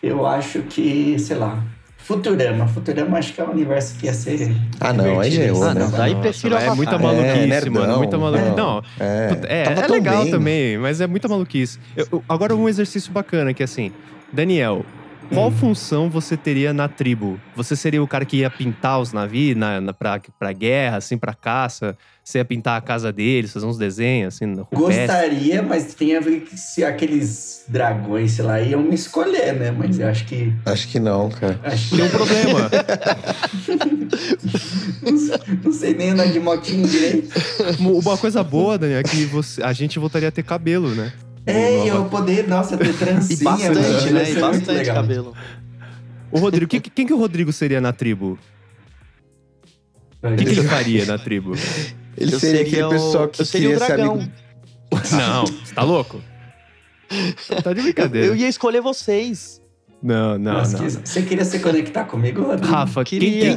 Speaker 4: eu acho que, sei lá, Futurama. Futurama acho que é um universo que ia ser.
Speaker 2: Ah, não, aí já
Speaker 1: é
Speaker 4: divertido,
Speaker 2: errou,
Speaker 4: assim,
Speaker 2: né?
Speaker 4: sabe?
Speaker 3: Daí
Speaker 1: Nossa,
Speaker 3: prefiro
Speaker 1: É
Speaker 3: Avatar.
Speaker 1: muita
Speaker 3: É,
Speaker 1: maluquice,
Speaker 2: nerdão,
Speaker 1: mano. Muita maluquice.
Speaker 2: é.
Speaker 1: Não,
Speaker 2: É,
Speaker 1: É,
Speaker 2: tava
Speaker 1: é
Speaker 2: tão
Speaker 1: legal
Speaker 2: bem.
Speaker 1: também, mas é muita maluquice. Eu- eu- agora um exercício bacana que é assim, Daniel,
Speaker 2: Hum.
Speaker 1: qual função você teria na tribo? Você seria o cara que ia pintar os navios na, na, pra, pra guerra, assim, pra caça? Você ia pintar a casa deles, fazer uns desenhos, assim, no
Speaker 4: Gostaria, mas tem a ver que se aqueles dragões, sei lá, iam me escolher, né? Mas eu acho que.
Speaker 2: Acho que não, cara.
Speaker 4: Acho que
Speaker 1: Tem um problema.
Speaker 4: eu não sei nem andar de motinho direito.
Speaker 1: Uma coisa boa, Daniel, é que você- a gente voltaria a ter cabelo, né?
Speaker 4: É, e eu poder, nossa, ter
Speaker 3: E
Speaker 4: trancinha.
Speaker 3: bastante,
Speaker 4: mano, ia
Speaker 3: né?
Speaker 4: ser
Speaker 3: E
Speaker 4: muito
Speaker 3: bastante
Speaker 4: legal.
Speaker 3: cabelo.
Speaker 1: O Rodrigo, que- quem que o Rodrigo seria na tribo? O que, que ele faria na tribo?
Speaker 2: Ele
Speaker 3: Eu
Speaker 2: seria,
Speaker 3: seria
Speaker 2: aquele
Speaker 3: o-
Speaker 2: pessoal que
Speaker 3: eu seria o
Speaker 2: queria ser
Speaker 3: dragão.
Speaker 2: amigo.
Speaker 1: Não, você tá louco? Tá de brincadeira.
Speaker 3: Eu ia escolher vocês.
Speaker 1: Não, não,
Speaker 4: Nossa,
Speaker 1: não.
Speaker 4: que- Você queria se conectar comigo, Rodrigo?
Speaker 1: Rafa,
Speaker 3: Queria.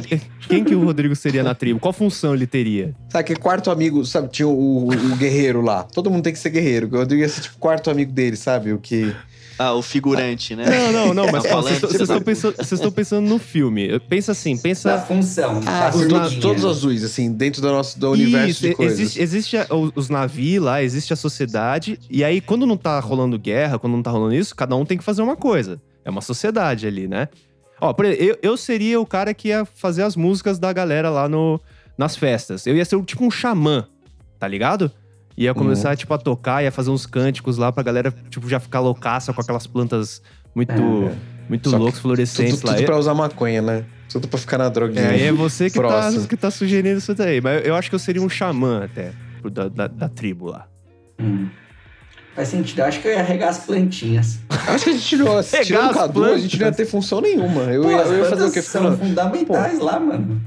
Speaker 1: quem, quem, quem que o Rodrigo seria na tribo? Qual função ele teria?
Speaker 2: Sabe, aquele quarto amigo, sabe? Tinha o, o- o guerreiro lá. Todo mundo tem que ser guerreiro. Eu ia ser tipo o quarto amigo dele, sabe? O que.
Speaker 3: Ah, o figurante, né?
Speaker 1: Não, não, não, mas
Speaker 3: Tá
Speaker 1: pô,
Speaker 3: falando,
Speaker 1: vocês
Speaker 3: filho da
Speaker 1: estão
Speaker 3: puta.
Speaker 1: pensando, vocês estão pensando no filme. Pensa assim,
Speaker 4: Da
Speaker 1: pensa.
Speaker 4: função.
Speaker 2: Ah,
Speaker 4: da
Speaker 2: os todos,
Speaker 4: formiguinha.
Speaker 2: todos azuis, assim, dentro do nosso do universo
Speaker 1: Isso,
Speaker 2: de coisas.
Speaker 1: existe, existe a- o- os navios lá, existe a sociedade, e aí quando não tá rolando guerra, quando não tá rolando isso, cada um tem que fazer uma coisa. É uma sociedade ali, né? Ó, por exemplo, eu, eu seria o cara que ia fazer as músicas da galera lá no, nas festas. Eu ia ser um- tipo um xamã, tá ligado? Ia
Speaker 2: Uhum.
Speaker 1: começar, tipo, a tocar, ia fazer uns cânticos lá pra galera, tipo, já ficar loucaça com aquelas plantas muito,
Speaker 4: É.
Speaker 1: muito
Speaker 2: Só que
Speaker 1: loucas,
Speaker 2: Tudo,
Speaker 1: fluorescentes lá.
Speaker 2: tudo pra usar maconha, né? Tudo pra ficar na droguinha.
Speaker 1: É, aí é você que tá,
Speaker 2: Próximo.
Speaker 1: que tá sugerindo isso daí. Mas eu acho que eu seria um xamã até, por- da, da- da tribo lá.
Speaker 4: Hum. Faz sentido. Eu acho que eu ia regar as plantinhas.
Speaker 2: Acho que a gente não se tirar
Speaker 1: Pegar
Speaker 2: o
Speaker 1: as
Speaker 2: Cadu, a gente não ia ter função nenhuma. Eu,
Speaker 4: Pô,
Speaker 2: ia,
Speaker 4: as
Speaker 2: eu ia fazer o
Speaker 4: plantas
Speaker 2: quê? Ficar
Speaker 4: São
Speaker 2: na-
Speaker 4: fundamentais lá, mano.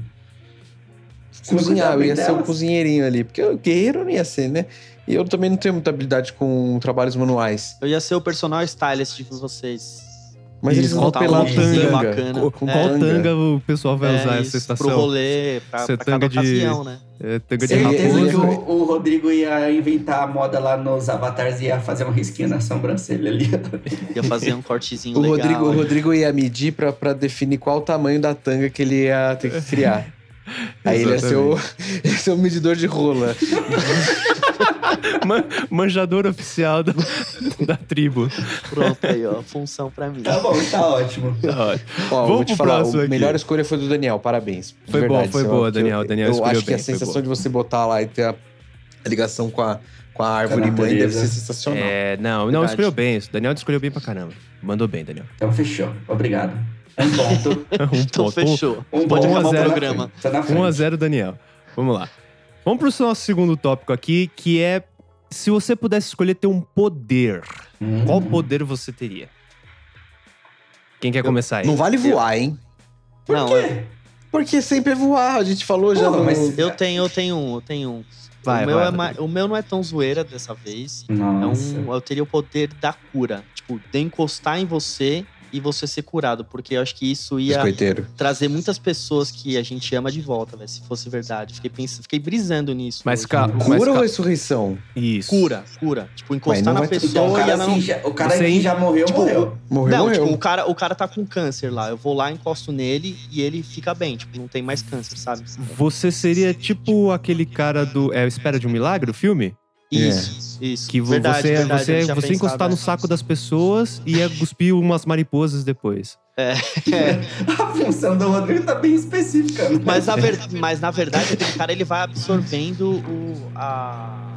Speaker 2: cozinhar, eu ia ser um o
Speaker 4: delas.
Speaker 2: cozinheirinho ali. Porque eu- guerreiro eu não ia ser, né? E eu também não tenho muita habilidade com trabalhos manuais.
Speaker 3: Eu ia ser o personal stylist de vocês.
Speaker 2: Mas
Speaker 1: E
Speaker 2: eles
Speaker 1: qual,
Speaker 2: vão
Speaker 3: botavam
Speaker 2: pela
Speaker 1: qual
Speaker 3: um desenho
Speaker 1: tanga?
Speaker 3: bacana.
Speaker 1: Qual, qual
Speaker 2: É.
Speaker 1: tanga o pessoal vai usar
Speaker 3: É,
Speaker 1: essa
Speaker 3: isso,
Speaker 1: estação?
Speaker 3: Pro rolê, pra,
Speaker 1: Você é
Speaker 3: pra
Speaker 1: tanga
Speaker 3: cada
Speaker 1: de-
Speaker 3: ocasião, né?
Speaker 1: É, tanga de
Speaker 4: Certeza
Speaker 1: raposa.
Speaker 4: que o, o Rodrigo ia inventar a moda lá nos avatares e ia fazer um risquinho na sobrancelha ali. Tá
Speaker 3: Ia fazer um cortezinho
Speaker 2: O
Speaker 3: legal.
Speaker 2: Rodrigo, o
Speaker 3: né?
Speaker 2: Rodrigo ia medir pra, pra definir qual o tamanho da tanga que ele ia ter que criar. Aí ele ia, ser o, ele ia ser o medidor de rola.
Speaker 1: Man- manjador oficial da, da tribo.
Speaker 3: Pronto aí, ó. Função pra mim.
Speaker 4: Tá bom, tá ótimo.
Speaker 1: Da hora.
Speaker 2: Ó,
Speaker 1: Vamos
Speaker 2: vou te
Speaker 1: pro
Speaker 2: falar,
Speaker 1: próximo
Speaker 2: a
Speaker 1: aqui.
Speaker 2: melhor escolha foi do Daniel, parabéns. De
Speaker 1: Foi boa,
Speaker 2: verdade,
Speaker 1: foi
Speaker 2: isso é
Speaker 1: boa,
Speaker 2: uma-
Speaker 1: Daniel,
Speaker 2: eu-
Speaker 1: Daniel
Speaker 2: Eu
Speaker 1: escolheu
Speaker 2: acho que a
Speaker 1: bem, foi
Speaker 2: sensação
Speaker 1: boa.
Speaker 2: de você botar lá e ter a a ligação com a, com a árvore mãe
Speaker 4: natureza.
Speaker 2: deve ser sensacional.
Speaker 1: É, não, não,
Speaker 3: Verdade.
Speaker 1: escolheu bem isso. Daniel escolheu bem pra caramba. Mandou bem, Daniel.
Speaker 4: Então fechou. Obrigado. Um ponto.
Speaker 1: Um
Speaker 3: Então
Speaker 1: ponto.
Speaker 3: fechou.
Speaker 4: Um
Speaker 3: Pode
Speaker 4: ponto,
Speaker 1: um a
Speaker 3: acabar o
Speaker 1: zero.
Speaker 3: programa.
Speaker 4: Tá na
Speaker 1: 1 a
Speaker 4: frente.
Speaker 1: 0 Daniel. Vamos lá. Vamos pro nosso segundo tópico aqui, que é se você pudesse escolher ter um poder,
Speaker 4: Hum.
Speaker 1: qual poder você teria? Quem quer começar aí?
Speaker 2: Não vale voar, hein?
Speaker 3: Não,
Speaker 4: quê?
Speaker 2: Porque sempre é voar, a gente falou já
Speaker 4: Porra,
Speaker 2: no...
Speaker 4: mas-
Speaker 3: eu tenho, eu tenho um, eu tenho um.
Speaker 1: Vai,
Speaker 3: o, meu
Speaker 1: vai,
Speaker 3: é ma-
Speaker 1: Rodrigo.
Speaker 3: o meu não é tão zoeira dessa vez. É
Speaker 4: Nossa.
Speaker 3: um, eu teria o poder da cura. Tipo, de encostar em você e você ser curado. Porque eu acho que isso ia
Speaker 2: Biscoiteiro.
Speaker 3: trazer muitas pessoas que a gente ama de volta, velho. Se fosse verdade. Fiquei, pensando, fiquei brisando nisso.
Speaker 1: Mas
Speaker 3: hoje.
Speaker 1: calma. Mas,
Speaker 2: Cura ou
Speaker 1: cara-
Speaker 2: ressurreição?
Speaker 1: Isso.
Speaker 3: Cura, cura. Tipo, encostar
Speaker 2: não
Speaker 3: na
Speaker 2: vai ter-
Speaker 4: Então, o
Speaker 3: pessoa e
Speaker 4: cara,
Speaker 3: ela não
Speaker 4: assim, já, o cara
Speaker 1: Você-
Speaker 4: que já morreu,
Speaker 3: Tipo,
Speaker 4: morreu.
Speaker 2: Morreu,
Speaker 3: Não,
Speaker 2: morreu.
Speaker 3: tipo, o cara, o cara tá com câncer lá. Eu vou lá, encosto nele e ele fica bem. Tipo, não tem mais câncer, sabe?
Speaker 1: Você seria tipo aquele cara do é, Espera de um Milagre, o filme?
Speaker 3: Isso, isso.
Speaker 1: Que vo-
Speaker 3: Verdade,
Speaker 1: você, é,
Speaker 3: verdade, eu não
Speaker 1: você,
Speaker 3: tinha
Speaker 1: você encostar
Speaker 3: pensado,
Speaker 1: no saco das pessoas e ia cuspir umas mariposas depois.
Speaker 3: É,
Speaker 4: A função do Rodrigo tá bem específica. né?
Speaker 3: mas, na ver- mas na verdade, aquele cara ele vai absorvendo o, a,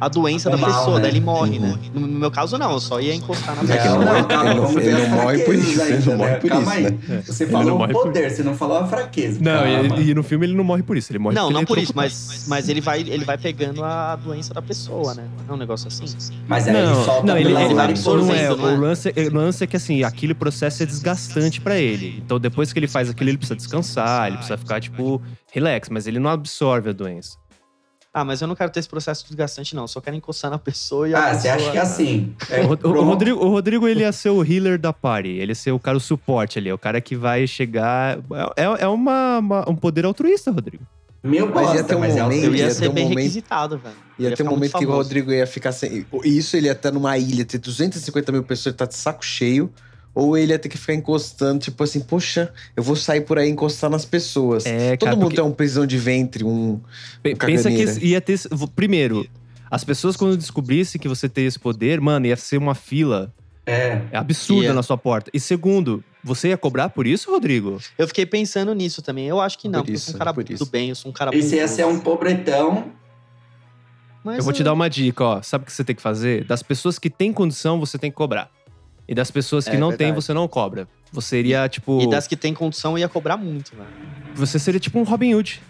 Speaker 3: a doença
Speaker 4: O
Speaker 3: da
Speaker 4: mal,
Speaker 3: pessoa,
Speaker 4: né?
Speaker 3: daí ele morre, né? No, no meu caso, não, eu só ia encostar na
Speaker 2: Uhum. É que
Speaker 3: pessoa.
Speaker 2: não morre.
Speaker 4: calma,
Speaker 2: ele não-
Speaker 4: vamos
Speaker 2: ele
Speaker 4: ver
Speaker 2: não
Speaker 4: as
Speaker 2: morre por
Speaker 4: fraquezas
Speaker 2: isso, né? ele
Speaker 4: ainda,
Speaker 2: não morre por
Speaker 4: Calma
Speaker 2: isso,
Speaker 4: aí. Você falou
Speaker 1: não morre
Speaker 4: o
Speaker 1: por
Speaker 4: poder, você não falou a fraqueza.
Speaker 1: Não,
Speaker 4: Calma.
Speaker 1: e, e no filme ele não morre por isso, ele morre
Speaker 3: Não,
Speaker 1: porque
Speaker 3: não
Speaker 1: ele é
Speaker 3: por isso,
Speaker 1: trocutado.
Speaker 3: mas, mas ele, vai, ele vai pegando a doença da pessoa, né? Não é um negócio assim.
Speaker 4: Mas aí ele
Speaker 1: Não,
Speaker 4: solta
Speaker 3: um
Speaker 1: não, ele,
Speaker 4: pelas
Speaker 1: ele
Speaker 3: vai
Speaker 4: narinas.
Speaker 1: não é.
Speaker 3: absorvendo, não é?
Speaker 1: O lance, é- o lance é que assim, aquele processo é desgastante pra ele. Então depois que ele faz aquilo, ele precisa descansar, ele precisa ficar, tipo, relax, mas ele não absorve a doença.
Speaker 3: Ah, mas eu não quero ter esse processo desgastante, não. Eu só quero encostar na pessoa e. a
Speaker 4: Ah, você acha
Speaker 3: pessoa-
Speaker 4: que é assim? É,
Speaker 1: O, Rod- o
Speaker 4: pronto.
Speaker 1: Rodrigo, o Rodrigo, ele ia ser o healer da party, ele ia ser o cara, o suporte ali, É o cara que vai chegar. É, é uma- uma- um poder altruísta, Rodrigo.
Speaker 4: Meu
Speaker 2: Mas ia
Speaker 4: bosta,
Speaker 2: ter um
Speaker 4: mas é
Speaker 2: momento-
Speaker 3: Eu ia,
Speaker 2: Ia ter
Speaker 3: ser
Speaker 2: um
Speaker 3: bem
Speaker 2: momento-
Speaker 3: requisitado, velho.
Speaker 2: Ia, ter um
Speaker 3: ficar muito
Speaker 2: momento que o
Speaker 3: famoso.
Speaker 2: Rodrigo ia ficar sem. Isso ele ia estar numa ilha, ter 250 mil pessoas, tá de saco cheio. Ou ele ia ter que ficar encostando, tipo assim, poxa, eu vou sair por aí e encostar nas pessoas.
Speaker 1: É,
Speaker 2: Todo
Speaker 1: cara,
Speaker 2: mundo
Speaker 1: porque-
Speaker 2: tem um prisão de ventre, um.
Speaker 1: Pe- Pensa que
Speaker 2: Caganeira.
Speaker 1: ia ter. esse- vo- Primeiro, as pessoas quando descobrissem que você tem esse poder, mano, ia ser uma fila
Speaker 4: É.
Speaker 1: absurda
Speaker 3: Ia.
Speaker 1: na sua porta. E segundo, você ia cobrar por isso, Rodrigo?
Speaker 3: Eu fiquei pensando nisso também. Eu acho que não,
Speaker 2: Por
Speaker 3: porque eu sou
Speaker 2: isso,
Speaker 3: um cara
Speaker 2: por isso.
Speaker 3: do bem, eu sou um cara
Speaker 4: Esse ia
Speaker 3: bondoso.
Speaker 4: ser um pobretão.
Speaker 3: Mas
Speaker 1: Eu vou te dar um uma dica, ó. Sabe o que você tem que fazer? Das pessoas que têm condição, você tem que cobrar. E das pessoas que
Speaker 3: É,
Speaker 1: não têm,
Speaker 3: verdade.
Speaker 1: você não cobra. Você iria, tipo.
Speaker 3: E das que tem condição eu ia cobrar muito, velho.
Speaker 1: Você seria tipo um Robin Hood.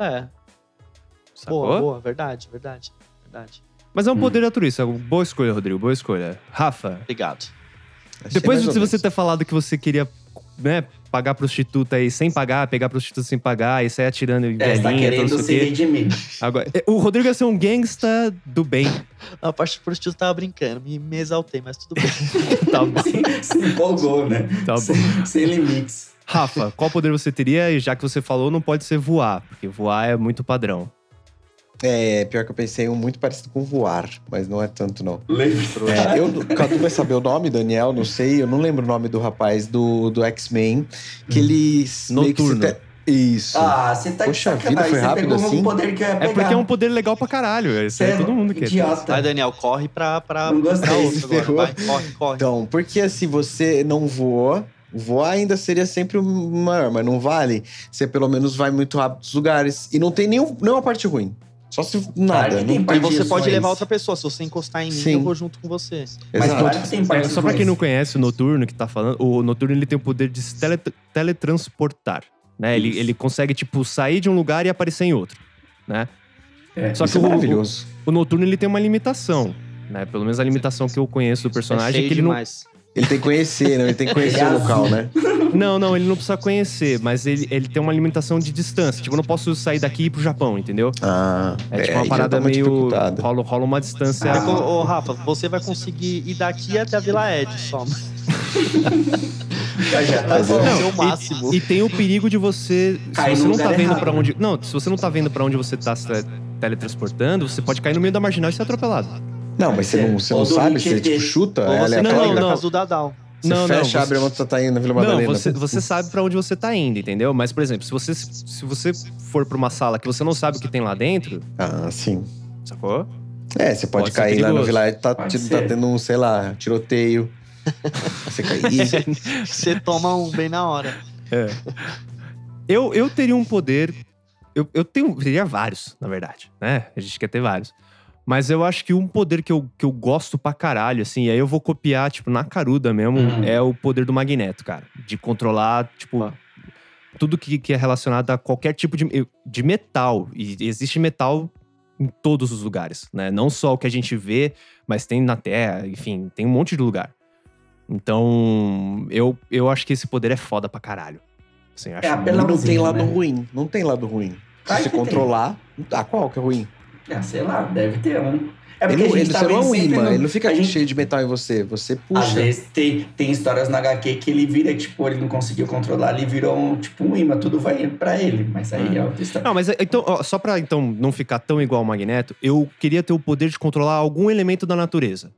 Speaker 3: É.
Speaker 1: Sacou?
Speaker 3: Boa, boa, verdade, verdade, verdade.
Speaker 1: Mas é um
Speaker 4: Hum.
Speaker 1: poder altruísta. Boa escolha, Rodrigo. Boa escolha. Rafa,
Speaker 3: Obrigado.
Speaker 1: Depois de você ter falado que você queria, né, pagar prostituta aí sem pagar, pegar prostituta sem pagar, e sair atirando em
Speaker 4: É, você tá
Speaker 1: velhinha, tudo
Speaker 4: querendo
Speaker 1: isso
Speaker 4: se
Speaker 1: aqui.
Speaker 4: redimir.
Speaker 1: Agora, é, o Rodrigo ia ser um gangsta do bem.
Speaker 3: A parte do prostituta tava brincando, me, me exaltei, mas tudo bem.
Speaker 1: Tá bom,
Speaker 4: se, se empolgou, né?
Speaker 1: tá bom.
Speaker 4: Sem, sem limites.
Speaker 1: Rafa, qual poder você teria? E já que você falou, não pode ser voar, porque voar é muito padrão. tá-
Speaker 2: É, pior que eu pensei em um muito parecido com voar, mas não é tanto, não.
Speaker 4: Lembra?
Speaker 2: É, eu, Cadu vai saber o nome, Daniel, não sei. Eu não lembro o nome do rapaz do, do X-Men. Que ele. meio que se
Speaker 1: Uhum. Noturno.
Speaker 2: te- Isso.
Speaker 4: Ah, você tá
Speaker 2: Poxa
Speaker 4: de
Speaker 2: vida,
Speaker 4: sacanagem.
Speaker 2: foi
Speaker 4: Você
Speaker 2: rápido
Speaker 4: pegou
Speaker 2: assim?
Speaker 4: um poder que eu ia pegar.
Speaker 1: É porque é um poder legal pra caralho. Isso
Speaker 4: Você
Speaker 1: aí
Speaker 4: é
Speaker 1: todo mundo quer.
Speaker 4: idiota.
Speaker 3: Vai, Daniel, corre pra, pra,
Speaker 4: Não gostei,
Speaker 3: pra outro
Speaker 2: se
Speaker 3: agora.
Speaker 2: ferrou.
Speaker 3: Vai, corre, corre.
Speaker 2: Então, porque assim, você não voa, voar ainda seria sempre o maior, mas não vale. Você pelo menos vai muito rápido dos lugares. E não tem nenhum, nenhuma parte ruim. Só se nada.
Speaker 4: Claro que
Speaker 2: não
Speaker 3: Aí
Speaker 4: tem
Speaker 2: tem-
Speaker 4: parte
Speaker 3: você pode
Speaker 4: disso, Então, mas-
Speaker 3: levar outra pessoa. Se você encostar em mim,
Speaker 2: Sim.
Speaker 3: eu vou junto com você. É
Speaker 4: Mas
Speaker 2: Exato.
Speaker 4: claro que tem
Speaker 1: É,
Speaker 4: parte
Speaker 1: só pra quem não conhece o Noturno que tá falando, o Noturno ele tem o poder de se tele- teletransportar, né? Ele,
Speaker 4: Isso.
Speaker 1: ele consegue, tipo, sair de um lugar e aparecer em outro, né?
Speaker 4: É,
Speaker 1: só que
Speaker 2: Isso é
Speaker 1: o, o,
Speaker 2: maravilhoso.
Speaker 1: o Noturno ele tem uma limitação, né? Pelo menos a limitação que eu conheço do personagem é
Speaker 3: feio
Speaker 1: que ele não...
Speaker 3: demais.
Speaker 2: Ele tem que conhecer, né? Ele tem que conhecer
Speaker 4: Ele é
Speaker 2: o local, né?
Speaker 1: assim. Não, não, ele não precisa conhecer, mas ele, ele tem uma limitação de distância. Tipo, eu não posso sair daqui e ir pro Japão, entendeu?
Speaker 2: Ah,
Speaker 1: É, tipo uma
Speaker 2: aí já
Speaker 1: parada
Speaker 2: tá muito
Speaker 1: meio...
Speaker 2: dificultado.
Speaker 1: Rola, rola uma distância...
Speaker 3: Vai
Speaker 4: Ah.
Speaker 3: co- Ô, Rafa, você vai conseguir ir daqui até a Vila Ed só.
Speaker 4: Mas já tá
Speaker 3: Mas
Speaker 4: bom.
Speaker 3: não.
Speaker 4: Não.
Speaker 3: é o máximo.
Speaker 1: E, e tem o perigo de você. Se
Speaker 4: Cair
Speaker 1: você
Speaker 4: no
Speaker 1: não tá
Speaker 4: lugar
Speaker 1: vendo
Speaker 4: errado.
Speaker 1: pra onde. Não, se você não tá vendo pra onde você tá se tele- teletransportando, você pode cair no meio da marginal e ser atropelado.
Speaker 2: Não, mas você não, você
Speaker 4: Ou
Speaker 2: não
Speaker 4: do
Speaker 2: sabe, você
Speaker 4: LinkedIn.
Speaker 2: tipo, chuta,
Speaker 3: Ou
Speaker 2: é
Speaker 3: você
Speaker 1: não,
Speaker 2: aleatório.
Speaker 3: cai
Speaker 1: não.
Speaker 3: na
Speaker 2: né?
Speaker 3: casa do Dadal.
Speaker 2: Você
Speaker 1: não, não.
Speaker 2: fecha,
Speaker 1: você-
Speaker 2: abre a mão, você tá indo na Vila
Speaker 1: Não,
Speaker 2: Madalena.
Speaker 1: você, você sabe pra onde você tá indo, entendeu? Mas, por exemplo, se você, se você for pra uma sala que você não sabe o que tem lá dentro,
Speaker 2: Ah, sim.
Speaker 1: sacou?
Speaker 2: É, você pode,
Speaker 1: Pode ser
Speaker 2: cair lá no
Speaker 1: perigoso.
Speaker 2: vilarejo, tá,
Speaker 4: Pode
Speaker 2: ti-
Speaker 4: ser.
Speaker 2: tá tendo um, sei lá, tiroteio. você cai. Ih,
Speaker 3: Você toma um bem na hora.
Speaker 1: É. Eu, eu teria um poder. Eu, eu tenho, teria vários, na verdade, né? A gente quer ter vários. Mas eu acho que um poder que eu, que eu gosto pra caralho, assim, e aí eu vou copiar, tipo, na caruda mesmo,
Speaker 4: Hum.
Speaker 1: é o poder do Magneto, cara. De controlar, tipo, tudo que, que é relacionado a qualquer tipo de, de metal. E existe metal em todos os lugares, né? Não só o que a gente vê, mas tem na Terra, enfim, tem um monte de lugar. Então, eu, eu acho que esse poder é foda pra caralho. Assim, eu acho
Speaker 4: É,
Speaker 1: muito
Speaker 4: apela-
Speaker 2: não tem
Speaker 4: Sim,
Speaker 2: lado
Speaker 4: né?
Speaker 2: ruim. Não tem lado ruim. Se você
Speaker 4: Claro que tem.
Speaker 2: controlar. Ah, qual que é ruim?
Speaker 4: Ah, sei lá, deve ter um. É
Speaker 2: ele não,
Speaker 4: porque a
Speaker 2: ele,
Speaker 4: gente tá
Speaker 2: você não é
Speaker 4: vendo
Speaker 2: um
Speaker 4: sempre
Speaker 2: imã,
Speaker 4: no-
Speaker 2: ele não fica
Speaker 4: a gente-
Speaker 2: cheio de metal em você. Você
Speaker 4: Às
Speaker 2: puxa.
Speaker 4: vezes tem, tem histórias na HQ que ele vira, tipo, ele não conseguiu controlar, ele virou um, tipo, um imã, tudo vai pra ele. Mas aí é outra história.
Speaker 1: Não, mas é, então, ó, só pra então, não ficar tão igual ao Magneto, eu queria ter o poder de controlar algum elemento da natureza.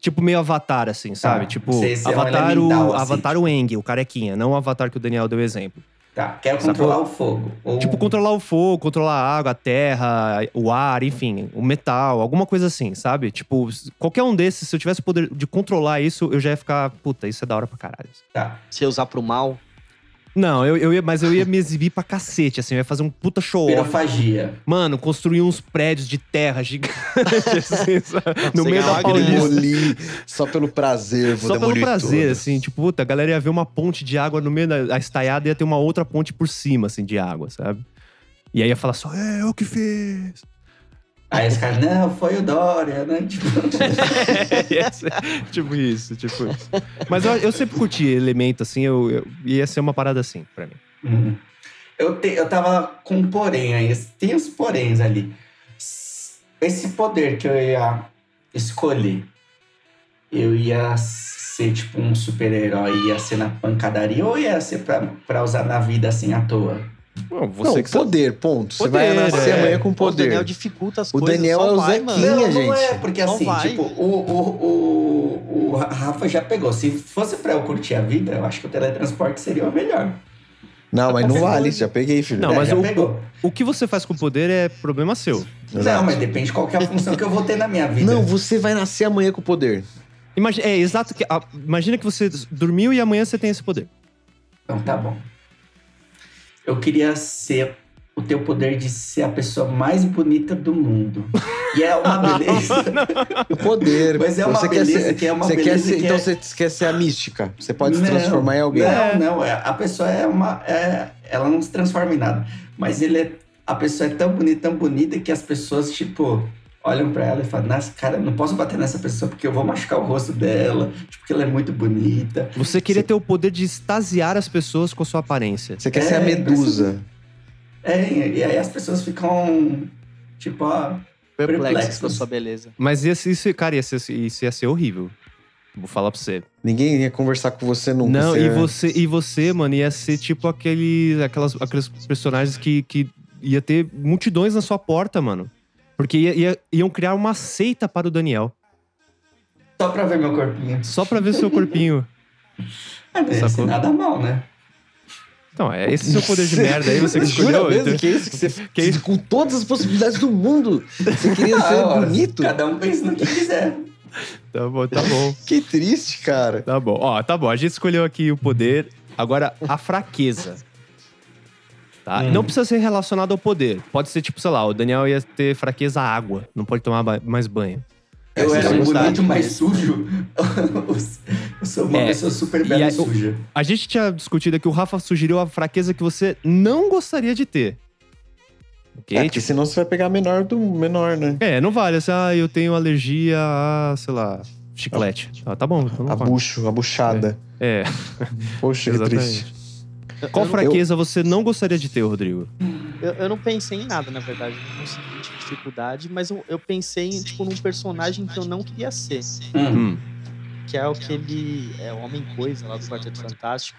Speaker 1: Tipo meio Avatar, assim, sabe? tipo,
Speaker 4: sei se é um
Speaker 1: Avatar,
Speaker 4: elemental,
Speaker 1: o,
Speaker 4: assim,
Speaker 1: avatar o Eng, o carequinha, não o Avatar que o Daniel deu exemplo.
Speaker 4: Tá, quero
Speaker 1: Sacou?
Speaker 4: controlar o fogo. Ou...
Speaker 1: Tipo, controlar o fogo, controlar a água, a terra, o ar, enfim, o metal, alguma coisa assim, sabe? Tipo, s- qualquer um desses, se eu tivesse o poder de controlar isso, eu já ia ficar, puta, isso é da hora pra caralho.
Speaker 4: Tá.
Speaker 3: Se eu usar pro mal,
Speaker 1: Não, eu, eu ia, mas eu ia me exibir pra cacete, assim, eu ia fazer um puta show off.
Speaker 4: Pirofagia.
Speaker 1: Mano, construir uns prédios de terra gigantes assim, sabe? no
Speaker 3: Sem
Speaker 1: meio
Speaker 4: é
Speaker 1: da
Speaker 3: alagar.
Speaker 1: Paulista.
Speaker 2: Demolir só pelo prazer, né? vou
Speaker 1: Só pelo
Speaker 2: demolir
Speaker 1: prazer,
Speaker 2: tudo.
Speaker 1: assim, tipo, puta, a galera ia ver uma ponte de água no meio da a estaiada e ia ter uma outra ponte por cima, assim, de água, sabe? E aí ia falar só, é, eu que fiz.
Speaker 4: Aí os caras, não, foi o Dória, né? Tipo,
Speaker 1: É, Ia ser tipo isso, tipo isso. Mas eu, eu sempre curti elemento, assim, eu, eu- ia ser uma parada assim pra mim.
Speaker 4: Hum. Eu, te- eu tava com um porém aí, tem os poréns ali. S- Esse poder que eu ia escolher, eu ia ser tipo um super-herói, ia ser na pancadaria ou ia ser pra, pra usar na vida assim à toa?
Speaker 1: Bom,
Speaker 2: Não, poder, ponto. você vai
Speaker 1: Poder,
Speaker 2: nascer
Speaker 1: é.
Speaker 2: amanhã com
Speaker 3: o Daniel
Speaker 2: Um poder.
Speaker 3: dificulta as
Speaker 2: O
Speaker 3: coisas.
Speaker 2: Daniel
Speaker 3: só
Speaker 2: é o
Speaker 3: vai,
Speaker 2: Zequinha.
Speaker 3: mano.
Speaker 4: Não, não
Speaker 2: gente.
Speaker 4: é, porque
Speaker 3: Não
Speaker 4: assim,
Speaker 3: vai.
Speaker 4: tipo, o, o, o, o Rafa já pegou. Se fosse pra eu curtir a vida, eu acho que o teletransporte seria o melhor.
Speaker 2: Não, mas não
Speaker 4: Você
Speaker 2: vale,
Speaker 4: pode-
Speaker 2: já peguei, filho.
Speaker 1: Não,
Speaker 4: É,
Speaker 1: mas
Speaker 4: já
Speaker 1: o-
Speaker 4: pegou.
Speaker 1: O que você faz com o poder é problema seu.
Speaker 4: Não, mas depende de qual que é a função que eu vou ter na minha vida.
Speaker 2: Não, você vai nascer amanhã com poder.
Speaker 1: Imagina, é exato que. a- imagina que você dormiu e amanhã você tem esse poder.
Speaker 4: Então tá bom. Eu queria ser o teu poder de ser a pessoa mais bonita do mundo. E é uma beleza.
Speaker 2: O poder.
Speaker 4: Mas é uma
Speaker 2: você
Speaker 4: beleza
Speaker 2: quer ser,
Speaker 4: que é uma
Speaker 2: você
Speaker 4: beleza
Speaker 2: quer ser,
Speaker 4: que
Speaker 2: Então
Speaker 4: é-
Speaker 2: você quer ser a mística. Você pode se
Speaker 4: Não,
Speaker 2: transformar em alguém.
Speaker 4: Não, não. é- A pessoa é uma. é- ela não se transforma em nada. Mas ele é, a pessoa é tão bonita, tão bonita que as pessoas, tipo, olham pra ela e falam, nossa, cara, eu não posso bater nessa pessoa porque eu vou machucar o rosto dela. Tipo, porque ela é muito bonita.
Speaker 1: Você queria
Speaker 4: Você-
Speaker 1: ter o poder de extasiar as pessoas com a sua aparência.
Speaker 2: Você quer
Speaker 4: É,
Speaker 2: ser a medusa.
Speaker 4: É, e aí as pessoas ficam, tipo, ó.
Speaker 3: Perplexo
Speaker 4: Perplexos.
Speaker 3: com a sua beleza.
Speaker 1: Mas ia ser- isso, cara, ia ser, isso ia ser horrível. Vou falar pra você.
Speaker 2: Ninguém ia conversar com você nunca.
Speaker 1: Não,
Speaker 2: você é
Speaker 1: e
Speaker 2: ia-
Speaker 1: você, e você, mano, ia ser tipo aquele, aquelas, aqueles personagens que, que ia ter multidões na sua porta, mano. Porque ia- ia- iam criar uma seita para o Daniel.
Speaker 4: Só pra ver meu corpinho.
Speaker 1: Só pra ver seu corpinho.
Speaker 4: Ah, não ia ser
Speaker 1: Sacou?
Speaker 4: nada mal, né?
Speaker 1: Então, é esse seu poder de merda aí, você que
Speaker 2: Jura
Speaker 1: escolheu.
Speaker 2: mesmo
Speaker 1: então-
Speaker 2: que é isso que você
Speaker 1: Que isso?
Speaker 2: com todas as possibilidades do mundo. Você queria ser
Speaker 4: Ah,
Speaker 2: bonito?
Speaker 4: Cada um pensa no que quiser.
Speaker 1: Tá bom, tá bom.
Speaker 2: Que triste, cara.
Speaker 1: Tá bom. Ó, tá bom. A gente escolheu aqui o poder. Agora, a fraqueza. Tá?
Speaker 4: Hum.
Speaker 1: Não precisa ser relacionado ao poder. Pode ser, tipo, sei lá, o Daniel ia ter fraqueza à água. Não pode tomar ba- mais banho.
Speaker 4: Eu
Speaker 2: Essa
Speaker 4: era
Speaker 2: é a
Speaker 4: bonito,
Speaker 3: verdade.
Speaker 4: mas sujo. Eu sou uma
Speaker 1: É,
Speaker 4: pessoa super
Speaker 1: e
Speaker 4: bela e
Speaker 1: aí, o-
Speaker 4: suja.
Speaker 1: A gente tinha discutido aqui, o Rafa sugeriu a fraqueza que você não gostaria de ter. Ok? Tipo,
Speaker 2: É,
Speaker 1: É,
Speaker 2: porque senão você vai pegar a menor do menor, né?
Speaker 1: não vale. Assim, ah, eu tenho alergia a, sei lá, chiclete. Ah, tá bom. então não
Speaker 2: A
Speaker 1: vale.
Speaker 2: bucho, a buchada.
Speaker 1: É,
Speaker 2: Poxa, que triste.
Speaker 1: exatamente. Qual fraqueza você não gostaria de ter, Rodrigo?
Speaker 3: Eu, eu não pensei em nada, na verdade. Não consegui tipo, dificuldade, mas eu, eu pensei em, tipo, num personagem que eu não queria ser.
Speaker 4: Hum.
Speaker 1: Hum.
Speaker 3: que é aquele é o Homem Coisa lá do Quarteto Fantástico.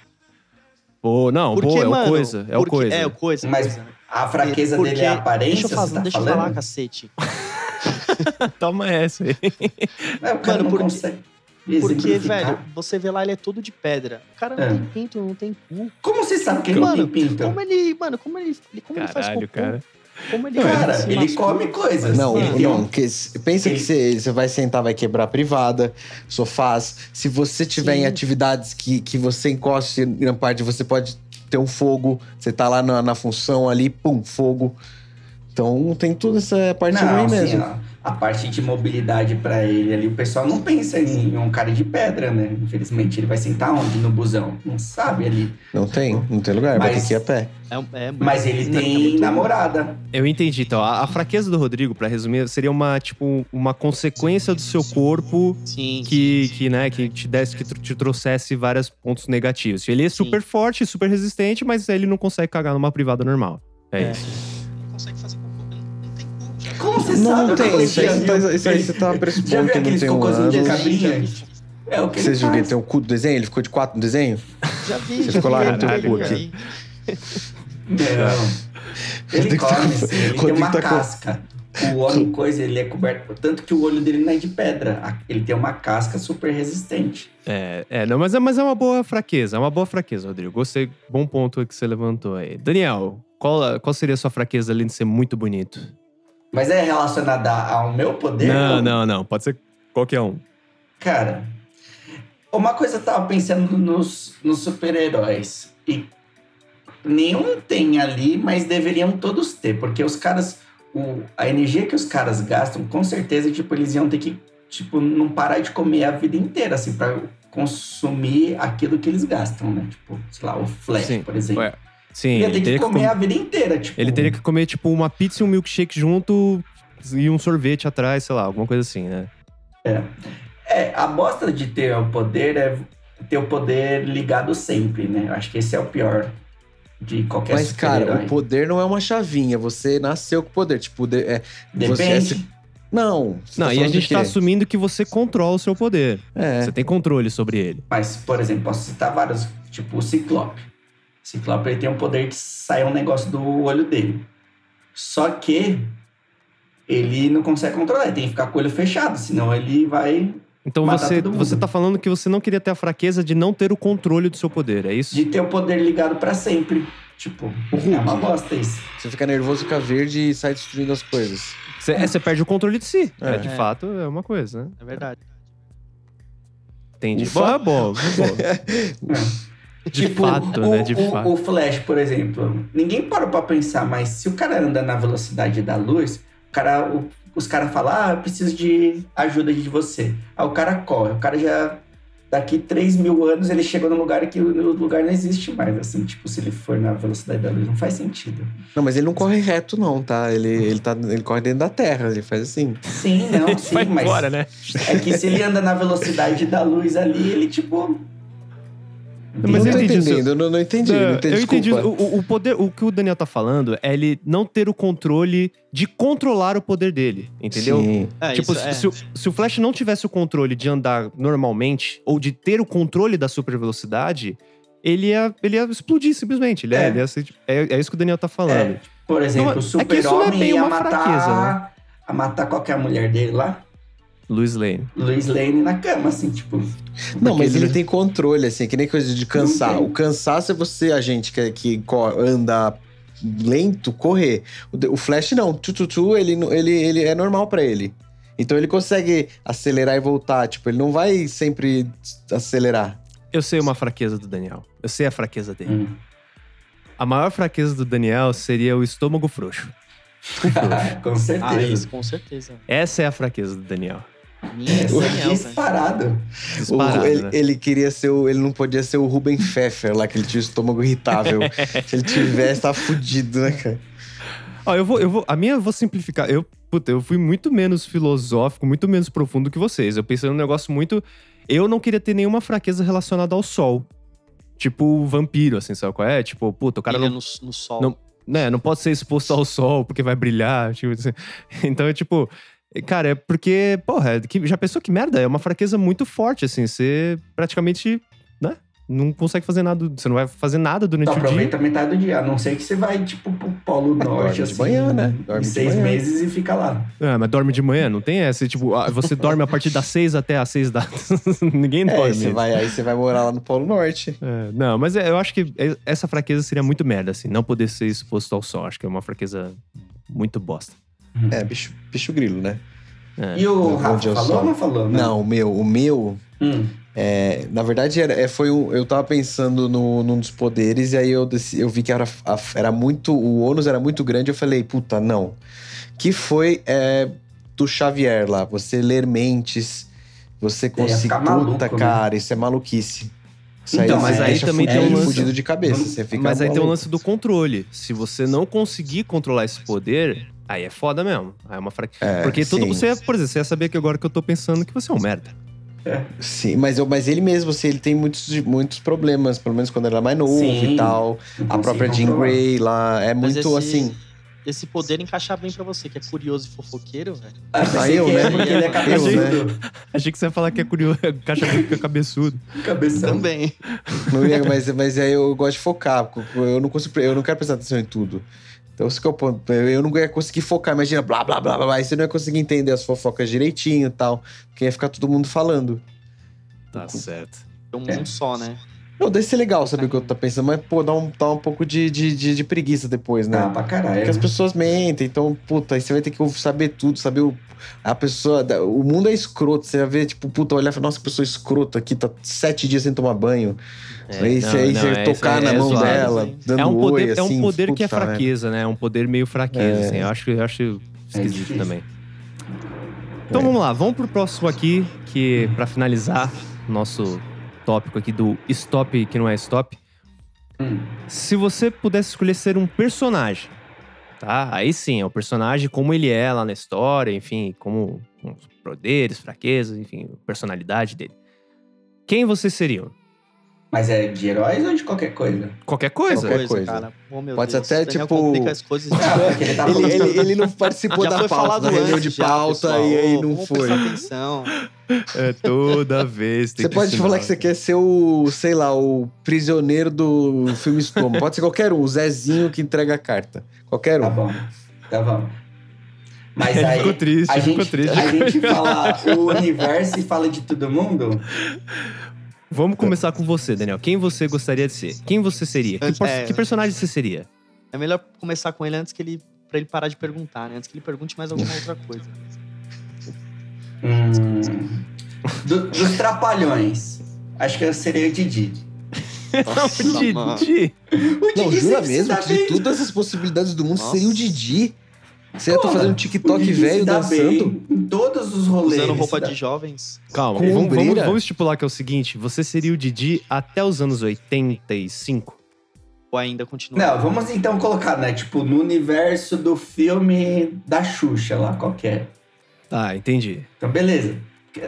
Speaker 1: Pô, não,
Speaker 3: Porque,
Speaker 1: boa, é o
Speaker 3: mano,
Speaker 1: coisa. É o
Speaker 3: porque-
Speaker 1: coisa.
Speaker 3: É o coisa.
Speaker 4: Mas
Speaker 3: coisa, né?
Speaker 4: A fraqueza
Speaker 3: Porque-
Speaker 4: dele é a
Speaker 3: Deixa
Speaker 4: aparência,
Speaker 3: eu, falar,
Speaker 4: você tá
Speaker 3: deixa eu
Speaker 4: falando?
Speaker 3: falar, cacete.
Speaker 1: Toma essa aí.
Speaker 4: É, o cara
Speaker 3: Mano,
Speaker 4: não
Speaker 3: porque-
Speaker 4: consegue
Speaker 3: Porque,
Speaker 4: exemplificar.
Speaker 3: velho, você vê lá, ele é todo de pedra. O cara não
Speaker 4: É. Então.
Speaker 3: tem pinto, não tem cu.
Speaker 4: Como você sabe que ele
Speaker 3: Mano,
Speaker 4: não tem pinto?
Speaker 3: Como é ele, mano, como ele, ele- como ele faz
Speaker 1: Caralho,
Speaker 3: cocô?
Speaker 1: cara.
Speaker 3: Como ele assim?
Speaker 4: Cara,
Speaker 3: se
Speaker 4: ele
Speaker 3: masturba?
Speaker 4: come
Speaker 1: É
Speaker 4: coisas.
Speaker 2: Não, é
Speaker 1: assim.
Speaker 4: ele
Speaker 3: Mano.
Speaker 4: tem
Speaker 2: não.
Speaker 4: um-
Speaker 2: que- pensa que você você vai sentar, vai quebrar a privada, sofás. Se você tiver
Speaker 3: Sim.
Speaker 2: em atividades que, que você encoste na parte, você pode ter um fogo. Você tá lá na, na função ali, pum, fogo. Então tem toda essa parte
Speaker 4: Não,
Speaker 2: ruim
Speaker 4: assim,
Speaker 2: mesmo.
Speaker 4: ó, a parte de mobilidade pra ele ali, o pessoal não pensa em um cara de pedra, né? Infelizmente, ele vai sentar onde no busão? Não sabe ali.
Speaker 2: Não tem, não tem lugar, vai
Speaker 4: Mas-
Speaker 2: ter que ir a pé.
Speaker 3: É, é,
Speaker 4: Mas ele
Speaker 3: Não,
Speaker 2: tá
Speaker 3: é
Speaker 4: tem
Speaker 3: muito-
Speaker 4: namorada.
Speaker 1: Eu entendi, então. A, a fraqueza do Rodrigo, pra resumir, seria uma, tipo, uma consequência do seu corpo
Speaker 3: Sim.
Speaker 1: que, que, né, que te desse, que tr- te trouxesse vários pontos negativos. Ele é
Speaker 3: Sim.
Speaker 1: super forte, super resistente, mas ele não consegue cagar numa privada normal. É,
Speaker 3: É.
Speaker 1: isso.
Speaker 4: Como você
Speaker 2: Não,
Speaker 4: sabe?
Speaker 2: não
Speaker 4: Eu
Speaker 2: tem.
Speaker 4: falei
Speaker 2: Isso aí,
Speaker 4: que
Speaker 2: você
Speaker 4: já
Speaker 2: tá,
Speaker 4: viu.
Speaker 2: isso aí você tá
Speaker 4: Já
Speaker 2: pressupondo
Speaker 4: viu
Speaker 2: que não
Speaker 4: aqueles
Speaker 2: tem um
Speaker 4: cocôzinhos de
Speaker 3: é
Speaker 2: ânus.
Speaker 4: cabrinha? É o que
Speaker 2: Vocês
Speaker 4: ele
Speaker 2: julgam que
Speaker 4: faz.
Speaker 2: tem um cu do desenho? Ele ficou de quatro no desenho?
Speaker 3: Já vi.
Speaker 2: Você ficou lá
Speaker 3: já
Speaker 1: no teu
Speaker 3: vi,
Speaker 1: cu
Speaker 3: já
Speaker 2: aqui.
Speaker 3: vi.
Speaker 4: Não. Ele
Speaker 2: então. Rodrigo tá
Speaker 4: come,
Speaker 2: com-
Speaker 4: sim, ele tem
Speaker 2: Rodrigo
Speaker 4: uma
Speaker 2: tá com-
Speaker 4: casca. O homem coisa, ele é coberto por... Tanto que o olho dele não é de pedra. A- Ele tem uma casca super resistente.
Speaker 1: É, é, não, mas, é, mas é uma boa fraqueza, é uma boa fraqueza, Rodrigo. Gostei, bom ponto que você levantou aí. Daniel, qual, a- qual seria a sua fraqueza além de ser muito bonito?
Speaker 4: Mas é relacionada ao meu poder?
Speaker 1: Não,
Speaker 4: ou-
Speaker 1: não, não. Pode ser qualquer um.
Speaker 4: Cara, uma coisa eu tava pensando nos, nos super-heróis. E nenhum tem ali, mas deveriam todos ter. Porque os caras. o- a energia que os caras gastam, com certeza, tipo, eles iam ter que tipo, não parar de comer a vida inteira, assim, pra consumir aquilo que eles gastam, né? Tipo, sei lá, o Flash,
Speaker 1: Sim.
Speaker 4: por exemplo.
Speaker 1: Ué, Sim,
Speaker 4: Ele ia ter que
Speaker 1: teria
Speaker 4: comer
Speaker 1: com-
Speaker 4: a vida inteira, tipo.
Speaker 1: Ele teria que comer, tipo, uma pizza e um milkshake junto e um sorvete atrás, sei lá, alguma coisa assim, né?
Speaker 4: É, a bosta de ter o poder é ter o poder ligado sempre, né? Eu acho que esse é o pior de qualquer
Speaker 2: Mas, cara,
Speaker 4: super-herói.
Speaker 2: o poder não é uma chavinha. Você nasceu com poder. Tipo, de- é, você é
Speaker 4: Depende.
Speaker 2: Não. você
Speaker 1: Não,
Speaker 2: tá
Speaker 1: e a
Speaker 2: falando do
Speaker 1: gente tá
Speaker 2: quê?
Speaker 1: assumindo que você controla o seu poder.
Speaker 2: É.
Speaker 1: Você tem controle sobre ele.
Speaker 4: Mas, por exemplo, posso citar vários, tipo o Ciclope. O Ciclope ele tem um poder que sai um negócio do olho dele. Só que ele não consegue controlar, ele tem que ficar com o olho fechado, senão ele vai
Speaker 1: Então
Speaker 4: Matar
Speaker 1: você,
Speaker 4: todo mundo.
Speaker 1: você tá falando que você não queria ter a fraqueza de não ter o controle do seu poder, é isso?
Speaker 4: de ter o poder ligado pra sempre. Tipo,
Speaker 2: Hulk.
Speaker 4: é uma bosta isso.
Speaker 2: Você fica nervoso, fica verde e sai destruindo as coisas.
Speaker 1: Você, é, você perde o controle de si.
Speaker 2: É.
Speaker 1: É, de
Speaker 3: É.
Speaker 1: fato, é uma coisa, né?
Speaker 3: É verdade.
Speaker 1: Entendi.
Speaker 2: Ufa.
Speaker 1: Bom, é bom, é bom. De
Speaker 4: Tipo,
Speaker 1: fato,
Speaker 4: o,
Speaker 1: né? De
Speaker 4: o-
Speaker 1: fato.
Speaker 4: o Flash, por exemplo, ninguém parou pra pensar, mas se o cara anda na velocidade da luz, o cara, o- os caras falam, ah, eu preciso de ajuda de você. Aí o cara corre, o cara já. Daqui 3 mil anos ele chega num lugar que o lugar não existe mais, assim, tipo, se ele for na velocidade da luz, não faz sentido.
Speaker 2: Não, mas ele não corre reto, não, tá? Ele, ele, tá, ele corre dentro da terra, ele faz assim.
Speaker 4: Sim, não, sim,
Speaker 1: Vai
Speaker 4: mas
Speaker 1: embora, né?
Speaker 4: é que se ele anda na velocidade da luz ali, ele, tipo.
Speaker 1: Mas eu
Speaker 2: eu
Speaker 4: é
Speaker 2: não tô
Speaker 1: entendi o seu-
Speaker 2: entendendo, eu não, não entendi.
Speaker 1: Não,
Speaker 2: não entendi
Speaker 1: eu entendi.
Speaker 2: desculpa.
Speaker 1: O, o- o poder, o que o Daniel tá falando é ele não ter o controle de controlar o poder dele, entendeu?
Speaker 2: Sim.
Speaker 3: É,
Speaker 1: tipo,
Speaker 3: isso,
Speaker 1: se,
Speaker 3: é.
Speaker 1: se o, se o Flash não tivesse o controle de andar normalmente, ou de ter o controle da super velocidade, ele ia, ele ia explodir simplesmente. Ele ia-
Speaker 4: É.
Speaker 1: ele ia ser- é. é isso que o Daniel tá falando.
Speaker 4: É, por exemplo,
Speaker 1: Não,
Speaker 4: o
Speaker 1: é que isso não é
Speaker 4: super-homem
Speaker 1: bem
Speaker 4: ia
Speaker 1: uma
Speaker 4: matar...
Speaker 1: fraqueza,
Speaker 4: A matar qualquer mulher dele lá,
Speaker 1: Luiz Lane.
Speaker 4: Luiz Lane na cama, assim, tipo...
Speaker 2: Não, mas
Speaker 1: Aquele-
Speaker 2: ele tem controle, assim, que nem coisa de cansar.
Speaker 4: Não
Speaker 2: O cansaço é você, a gente que, que co- anda lento, correr. O, de- o Flash não, tu, tu, tu, ele, não- ele, ele é normal pra ele. Então ele consegue acelerar e voltar, tipo, ele não vai sempre acelerar.
Speaker 1: Eu sei uma fraqueza do Daniel. Eu sei a fraqueza dele.
Speaker 4: hum.
Speaker 1: A maior fraqueza do Daniel seria o estômago frouxo.
Speaker 4: Com
Speaker 3: Ah,
Speaker 4: certeza.
Speaker 3: isso, com certeza.
Speaker 1: Essa é a fraqueza do Daniel.
Speaker 3: Minha
Speaker 4: Essa é
Speaker 2: tá?
Speaker 3: Daniel, velho.
Speaker 4: disparado.
Speaker 2: O-
Speaker 1: Disparado,
Speaker 2: ele,
Speaker 1: né?
Speaker 2: ele queria ser o, ele não podia ser o Ruben Pfeffer lá, que ele tinha o estômago irritável. Se ele tivesse, tá fudido, né, cara?
Speaker 1: Ó, eu vou, eu vou, a minha eu vou simplificar. Eu, puta, eu fui muito menos filosófico, muito menos profundo que vocês. Eu pensei num negócio muito. Eu não queria ter nenhuma fraqueza relacionada ao sol. Tipo vampiro, assim, sabe qual é? Tipo, puta, o cara
Speaker 3: Ilha
Speaker 1: não,
Speaker 3: no, no sol.
Speaker 1: não- né, não pode ser exposto ao sol porque vai brilhar. Tipo, assim. Então, é tipo, Cara, é porque, porra, é que- já pensou que merda? É uma fraqueza muito forte, assim. Você praticamente, né? Não consegue fazer nada. Você não vai fazer nada durante
Speaker 4: Então,
Speaker 1: o dia.
Speaker 4: aproveita metade do dia, a não ser que você vai, tipo, pro Polo
Speaker 2: Dorme
Speaker 4: Norte,
Speaker 2: de
Speaker 4: assim,
Speaker 2: manhã, né?
Speaker 4: em
Speaker 2: Dorme de
Speaker 4: seis
Speaker 2: manhã.
Speaker 4: meses e fica lá.
Speaker 1: Ah, mas dorme de manhã, não tem essa. Tipo, ah, você dorme a partir das seis até as seis da. Ninguém
Speaker 2: É,
Speaker 1: dorme.
Speaker 2: aí você vai, aí você vai morar lá no Polo Norte.
Speaker 1: É, não, mas é- eu acho que é- essa fraqueza seria muito merda, assim. Não poder ser exposto ao sol. Acho que é uma fraqueza muito bosta.
Speaker 2: É, bicho, bicho grilo, né?
Speaker 1: É.
Speaker 4: Hum. E o
Speaker 2: Não, onde
Speaker 4: Rafa
Speaker 2: eu
Speaker 4: falou
Speaker 2: sou.
Speaker 4: ou não falou? né?
Speaker 2: Não, o meu, o meu,
Speaker 4: Hum.
Speaker 2: é, na verdade, era, é, foi um, eu tava pensando no, num dos poderes, e aí eu, desci- eu vi que era, a- era muito. O ônus era muito grande, eu falei, puta, não. Que foi é, do Xavier lá, você ler mentes,
Speaker 1: É,
Speaker 2: você
Speaker 4: ia
Speaker 2: conseguir.
Speaker 4: ficar maluco,
Speaker 2: Puta,
Speaker 4: né?
Speaker 2: cara, isso é maluquice. Isso
Speaker 4: Então, mas
Speaker 2: você
Speaker 4: aí
Speaker 2: deixa
Speaker 1: também tem um
Speaker 2: fudido,
Speaker 1: lance-
Speaker 2: fudido de cabeça.
Speaker 4: Vamos-
Speaker 2: Você fica
Speaker 1: Mas aí tem um o
Speaker 2: maluco.
Speaker 1: lance do controle. Se você não conseguir controlar esse poder, aí é foda mesmo. Aí é uma fraqueza.
Speaker 2: É,
Speaker 1: Porque tudo
Speaker 2: sim.
Speaker 1: você, por exemplo, você ia saber que agora que eu tô pensando que você é um merda.
Speaker 2: Sim, mas, eu- mas ele mesmo, assim, ele tem muitos, muitos problemas, pelo menos quando ele era mais novo
Speaker 4: Sim.
Speaker 2: e tal.
Speaker 4: Não
Speaker 2: A
Speaker 4: consigo
Speaker 2: própria Jean
Speaker 4: controlar.
Speaker 2: Grey lá, é
Speaker 3: Mas
Speaker 2: muito assim.
Speaker 3: Esse poder encaixar bem pra você, que é curioso e fofoqueiro, velho.
Speaker 4: Ah,
Speaker 2: Só
Speaker 4: pensei
Speaker 2: eu,
Speaker 4: que
Speaker 2: né?
Speaker 4: é Porque ele é
Speaker 3: Eu,
Speaker 4: cabeçudo.
Speaker 1: Achei que você ia falar que é curioso, caixa branca cabeçudo.
Speaker 4: Cabeção.
Speaker 3: Também.
Speaker 2: Não ia- mas, mas aí eu gosto de focar, porque eu não consigo, eu não quero prestar atenção em tudo. Então, isso que é o ponto. Eu eu não ia conseguir focar, imagina, blá, blá, blá, blá, blá. Aí você não ia conseguir entender as fofocas direitinho e tal, porque ia ficar todo mundo falando.
Speaker 1: Tá certo.
Speaker 3: É Um, um só, né?
Speaker 2: Não, deve ser legal saber o que eu tô pensando, mas, pô, dá um, dá um pouco de, de, de, de preguiça depois, né?
Speaker 4: Ah, pra caralho.
Speaker 2: Porque as
Speaker 4: né?
Speaker 2: pessoas mentem, então, puta, aí você vai ter que saber tudo, saber o, a pessoa. da- O mundo é escroto, você vai ver, tipo, puta, olhar e falar, nossa, que pessoa escrota aqui, tá sete dias sem tomar banho. aí você, aí você tocar na
Speaker 3: é
Speaker 2: mão
Speaker 3: zoado,
Speaker 2: dela,
Speaker 3: assim.
Speaker 2: dando
Speaker 1: É um
Speaker 2: oi,
Speaker 1: poder, é
Speaker 2: assim,
Speaker 1: um poder que é
Speaker 2: puta, né? É.
Speaker 1: fraqueza, né? É um poder meio fraqueza, assim. Eu acho, eu acho esquisito
Speaker 4: difícil.
Speaker 1: também.
Speaker 2: É.
Speaker 1: Então vamos lá, vamos pro próximo aqui, que é pra finalizar nosso tópico aqui do stop que não é stop.
Speaker 4: Hum.
Speaker 1: Se você pudesse escolher ser um personagem, tá? Aí sim, é o personagem como ele é lá na história, enfim, como com os poderes, fraquezas, enfim, personalidade dele. Quem vocês seriam?
Speaker 4: Mas é de heróis ou de qualquer coisa?
Speaker 1: Qualquer coisa.
Speaker 2: Qualquer coisa.
Speaker 3: Cara. Oh, meu
Speaker 2: Pode
Speaker 3: Deus,
Speaker 2: até,
Speaker 3: o Daniel
Speaker 2: tipo-
Speaker 3: complica as coisas.
Speaker 4: Ah, porque ele tá
Speaker 2: Ele, é
Speaker 4: falando.
Speaker 2: ele, ele não participou
Speaker 3: já
Speaker 2: da
Speaker 3: foi
Speaker 2: pauta,
Speaker 3: falado
Speaker 2: da reunião de
Speaker 3: antes, já,
Speaker 2: pauta,
Speaker 3: pessoal.
Speaker 2: e aí
Speaker 3: Ô,
Speaker 2: não
Speaker 3: vamos
Speaker 2: foi.
Speaker 3: prestar atenção.
Speaker 1: É toda vez. tem
Speaker 2: Você
Speaker 1: que
Speaker 2: pode
Speaker 1: ensinar. né?
Speaker 2: falar que você quer ser o, sei lá, o prisioneiro do filme Estômago. Pode ser qualquer um, o Zezinho que entrega a carta. Qualquer um.
Speaker 4: Tá bom. Tá bom. Mas
Speaker 1: Ele
Speaker 4: aí.
Speaker 1: ficou triste,
Speaker 4: A
Speaker 1: ficou
Speaker 4: gente, tá-
Speaker 1: triste.
Speaker 4: a gente fala o universo e fala de todo mundo?
Speaker 1: Vamos começar com você, Daniel. Quem você gostaria de ser? Quem você seria? Que,
Speaker 3: Antes-
Speaker 1: por-
Speaker 3: é.
Speaker 1: que personagem você seria?
Speaker 3: É melhor começar com ele antes que ele. Pra ele parar de perguntar, né? Antes que ele pergunte mais alguma outra coisa.
Speaker 4: Hum, do- dos trapalhões. Acho que eu seria o Didi.
Speaker 3: Nossa, mano.
Speaker 1: Didi.
Speaker 4: O Didi
Speaker 2: Não, jura
Speaker 4: sempre se
Speaker 2: mesmo?
Speaker 4: dá
Speaker 2: De
Speaker 4: bem.
Speaker 2: todas as possibilidades do mundo,
Speaker 3: Nossa.
Speaker 2: seria o Didi. Você ia estar
Speaker 4: Porra,
Speaker 2: fazendo um
Speaker 4: O
Speaker 2: TikTok
Speaker 4: Didi se
Speaker 2: velho
Speaker 4: dá
Speaker 2: dançando.
Speaker 4: bem em todos os rolês.
Speaker 3: Usando
Speaker 4: ele se
Speaker 3: roupa
Speaker 4: dá-
Speaker 3: de jovens.
Speaker 1: Calma,
Speaker 2: Com
Speaker 1: vamos, vamos-
Speaker 2: ombreira?
Speaker 1: vamos estipular que é o seguinte: você seria o Didi até os anos 85.
Speaker 3: Ou ainda continua.
Speaker 4: Não, vamos então colocar, né? Tipo, no universo do filme da Xuxa lá, qualquer.
Speaker 1: Tá, entendi.
Speaker 4: Então, beleza.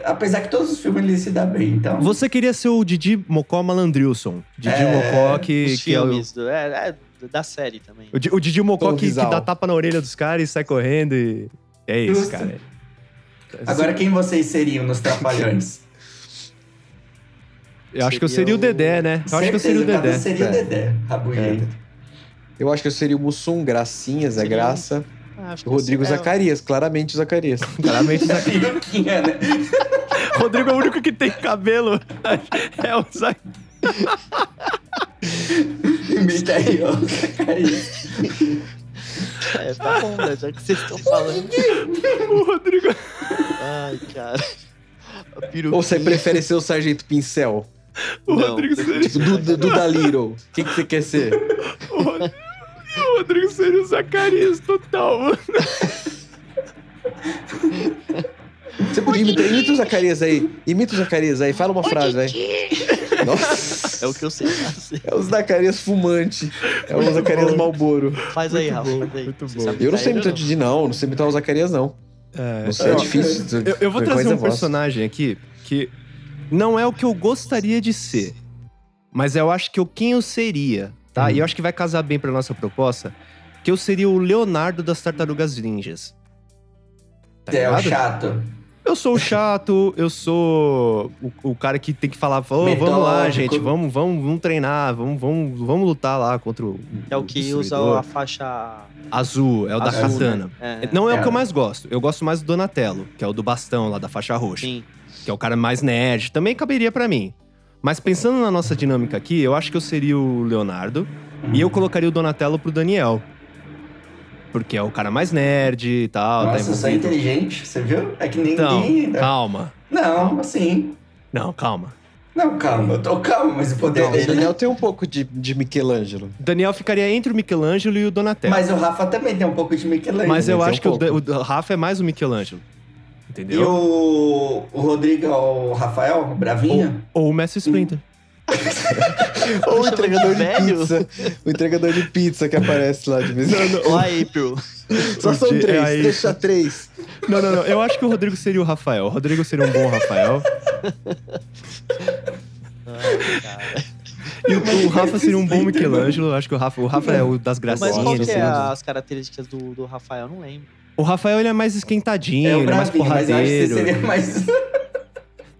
Speaker 4: Apesar que todos os filmes ele se dá bem, então.
Speaker 1: Você queria ser o Didi Mocó Malandrilson. Didi Mocó que,
Speaker 3: Os
Speaker 1: que é o.
Speaker 3: filmes. do- É, é da série também.
Speaker 1: o Di- O Didi Mocó
Speaker 2: Tom
Speaker 1: que, que
Speaker 2: Rizal.
Speaker 1: dá tapa na orelha dos caras e sai correndo e. É isso,
Speaker 4: Justo.
Speaker 1: cara.
Speaker 4: Agora, quem vocês seriam nos Trapalhões?
Speaker 1: eu acho que eu
Speaker 3: seria
Speaker 1: seria o
Speaker 3: o-
Speaker 1: Dedé, né? Eu acho que eu
Speaker 4: Certeza,
Speaker 1: seria o
Speaker 4: cada um
Speaker 1: Dedé.
Speaker 4: Seria
Speaker 2: É.
Speaker 4: o Dedé, rabugento.
Speaker 2: Eu acho que eu seria o Mussum, Gracinha, Zé
Speaker 3: Seria um-
Speaker 2: Graça.
Speaker 3: Ah, acho que
Speaker 2: O Rodrigo
Speaker 3: é-
Speaker 2: Zacarias, claramente o Zacarias.
Speaker 1: Claramente
Speaker 4: É. Peruquinha, né?
Speaker 1: Rodrigo é o único que tem cabelo. É o Zac... É.
Speaker 4: Imita aí, ó. Zacarias.
Speaker 3: É, tá bom, né? Já que vocês estão falando.
Speaker 1: O Rodrigo.
Speaker 3: Ai, cara. A peruquinha.
Speaker 2: Ou você prefere ser o Sargento Pincel?
Speaker 1: O
Speaker 3: Não.
Speaker 1: Rodrigo seria.
Speaker 2: Tipo, do, do, do Daliro. O que, que você quer ser?
Speaker 1: O Rodrigo, o Rodrigo seria o Zacarias total, mano.
Speaker 2: Você podia imitar. Imita o Zacarias aí. Imita o Zacarias aí. Fala uma frase, vai. Nossa.
Speaker 3: É o que eu sei fazer.
Speaker 2: É o Zacarias fumante. É o Zacarias Malboro.
Speaker 3: Faz aí, Rafa. Faz aí.
Speaker 1: muito
Speaker 3: Você
Speaker 1: bom.
Speaker 3: sabe é,
Speaker 2: Eu não sei imitar o
Speaker 3: imitar ele
Speaker 2: Didi, não. Não sei imitar o Zacarias, não. Não sei, é
Speaker 4: eu-
Speaker 2: difícil.
Speaker 1: Eu, eu vou
Speaker 2: Vergonha
Speaker 1: trazer
Speaker 2: da
Speaker 1: um
Speaker 2: voz.
Speaker 1: personagem aqui que não é o que eu gostaria de ser, mas eu acho que eu quem eu seria, tá? E eu acho que vai casar bem pra nossa proposta, que eu seria o Leonardo das Tartarugas Ninjas. Tá
Speaker 4: Você é o
Speaker 1: ligado?
Speaker 4: chato.
Speaker 1: Eu sou o chato, eu sou o, o cara que tem que falar, "Ô, vamos lá,
Speaker 4: Metódico.
Speaker 1: gente, vamos, vamos, vamos treinar, vamos, vamos, vamos lutar lá contra o.
Speaker 3: É o que usa
Speaker 1: destruidor."
Speaker 3: a faixa
Speaker 1: Azul, é o da
Speaker 3: azul, né?
Speaker 1: katana.
Speaker 3: É,
Speaker 1: Não é, o
Speaker 4: É.
Speaker 1: que eu mais gosto. Eu gosto mais do Donatello, que é o do bastão lá da faixa roxa,
Speaker 3: sim.
Speaker 1: que é o cara mais nerd. Também caberia pra mim. Mas pensando na nossa dinâmica aqui, eu acho que eu seria o Leonardo e eu colocaria o Donatello pro Daniel. Porque é o cara mais nerd e tal, tá
Speaker 4: Nossa, você é
Speaker 1: envolvido.
Speaker 4: inteligente, você viu? É que ninguém.
Speaker 1: Então, calma.
Speaker 4: Não, assim.
Speaker 1: Não, calma.
Speaker 4: Não, calma, eu tô calmo,
Speaker 1: Então,
Speaker 4: mas o poder
Speaker 2: Não, o
Speaker 4: dele.
Speaker 2: Daniel tem um pouco de, de Michelangelo.
Speaker 1: O Daniel ficaria entre o Michelangelo e o Donatello. Mas,
Speaker 4: Mas o Rafa também tem um pouco de Michelangelo.
Speaker 1: eu
Speaker 2: tem um
Speaker 1: acho que o,
Speaker 2: pouco.
Speaker 1: Da- o Rafa é mais o Michelangelo.
Speaker 4: E
Speaker 1: Entendeu?
Speaker 4: o, o Rodrigo, é o Rafael, o Bravinho?
Speaker 1: Ou o Mestre Splinter. é
Speaker 2: Ou
Speaker 1: um
Speaker 2: o
Speaker 3: Chama de
Speaker 2: entregador de,
Speaker 3: velho?
Speaker 2: pizza. O entregador de pizza que aparece lá de vez em quando.
Speaker 3: Ó, a April.
Speaker 2: Só são
Speaker 1: É
Speaker 2: três,
Speaker 1: aí.
Speaker 2: deixa três.
Speaker 1: Não, não, não. Eu acho que o Rodrigo seria o Rafael. O Rodrigo seria um bom Rafael.
Speaker 3: Ai, cara.
Speaker 1: E o, o Rafa seria um bom Michelangelo. Eu acho que o Rafa, o Rafa é o das
Speaker 3: Mas qual
Speaker 1: gracinhas.
Speaker 3: que
Speaker 1: assim.
Speaker 3: é as características do, do Rafael? Eu Não lembro.
Speaker 1: O Rafael ele é mais esquentadinho,
Speaker 4: é o
Speaker 1: ele é mais
Speaker 4: Bravinho, mas eu acho que você
Speaker 1: porradeiro.
Speaker 4: seria mais.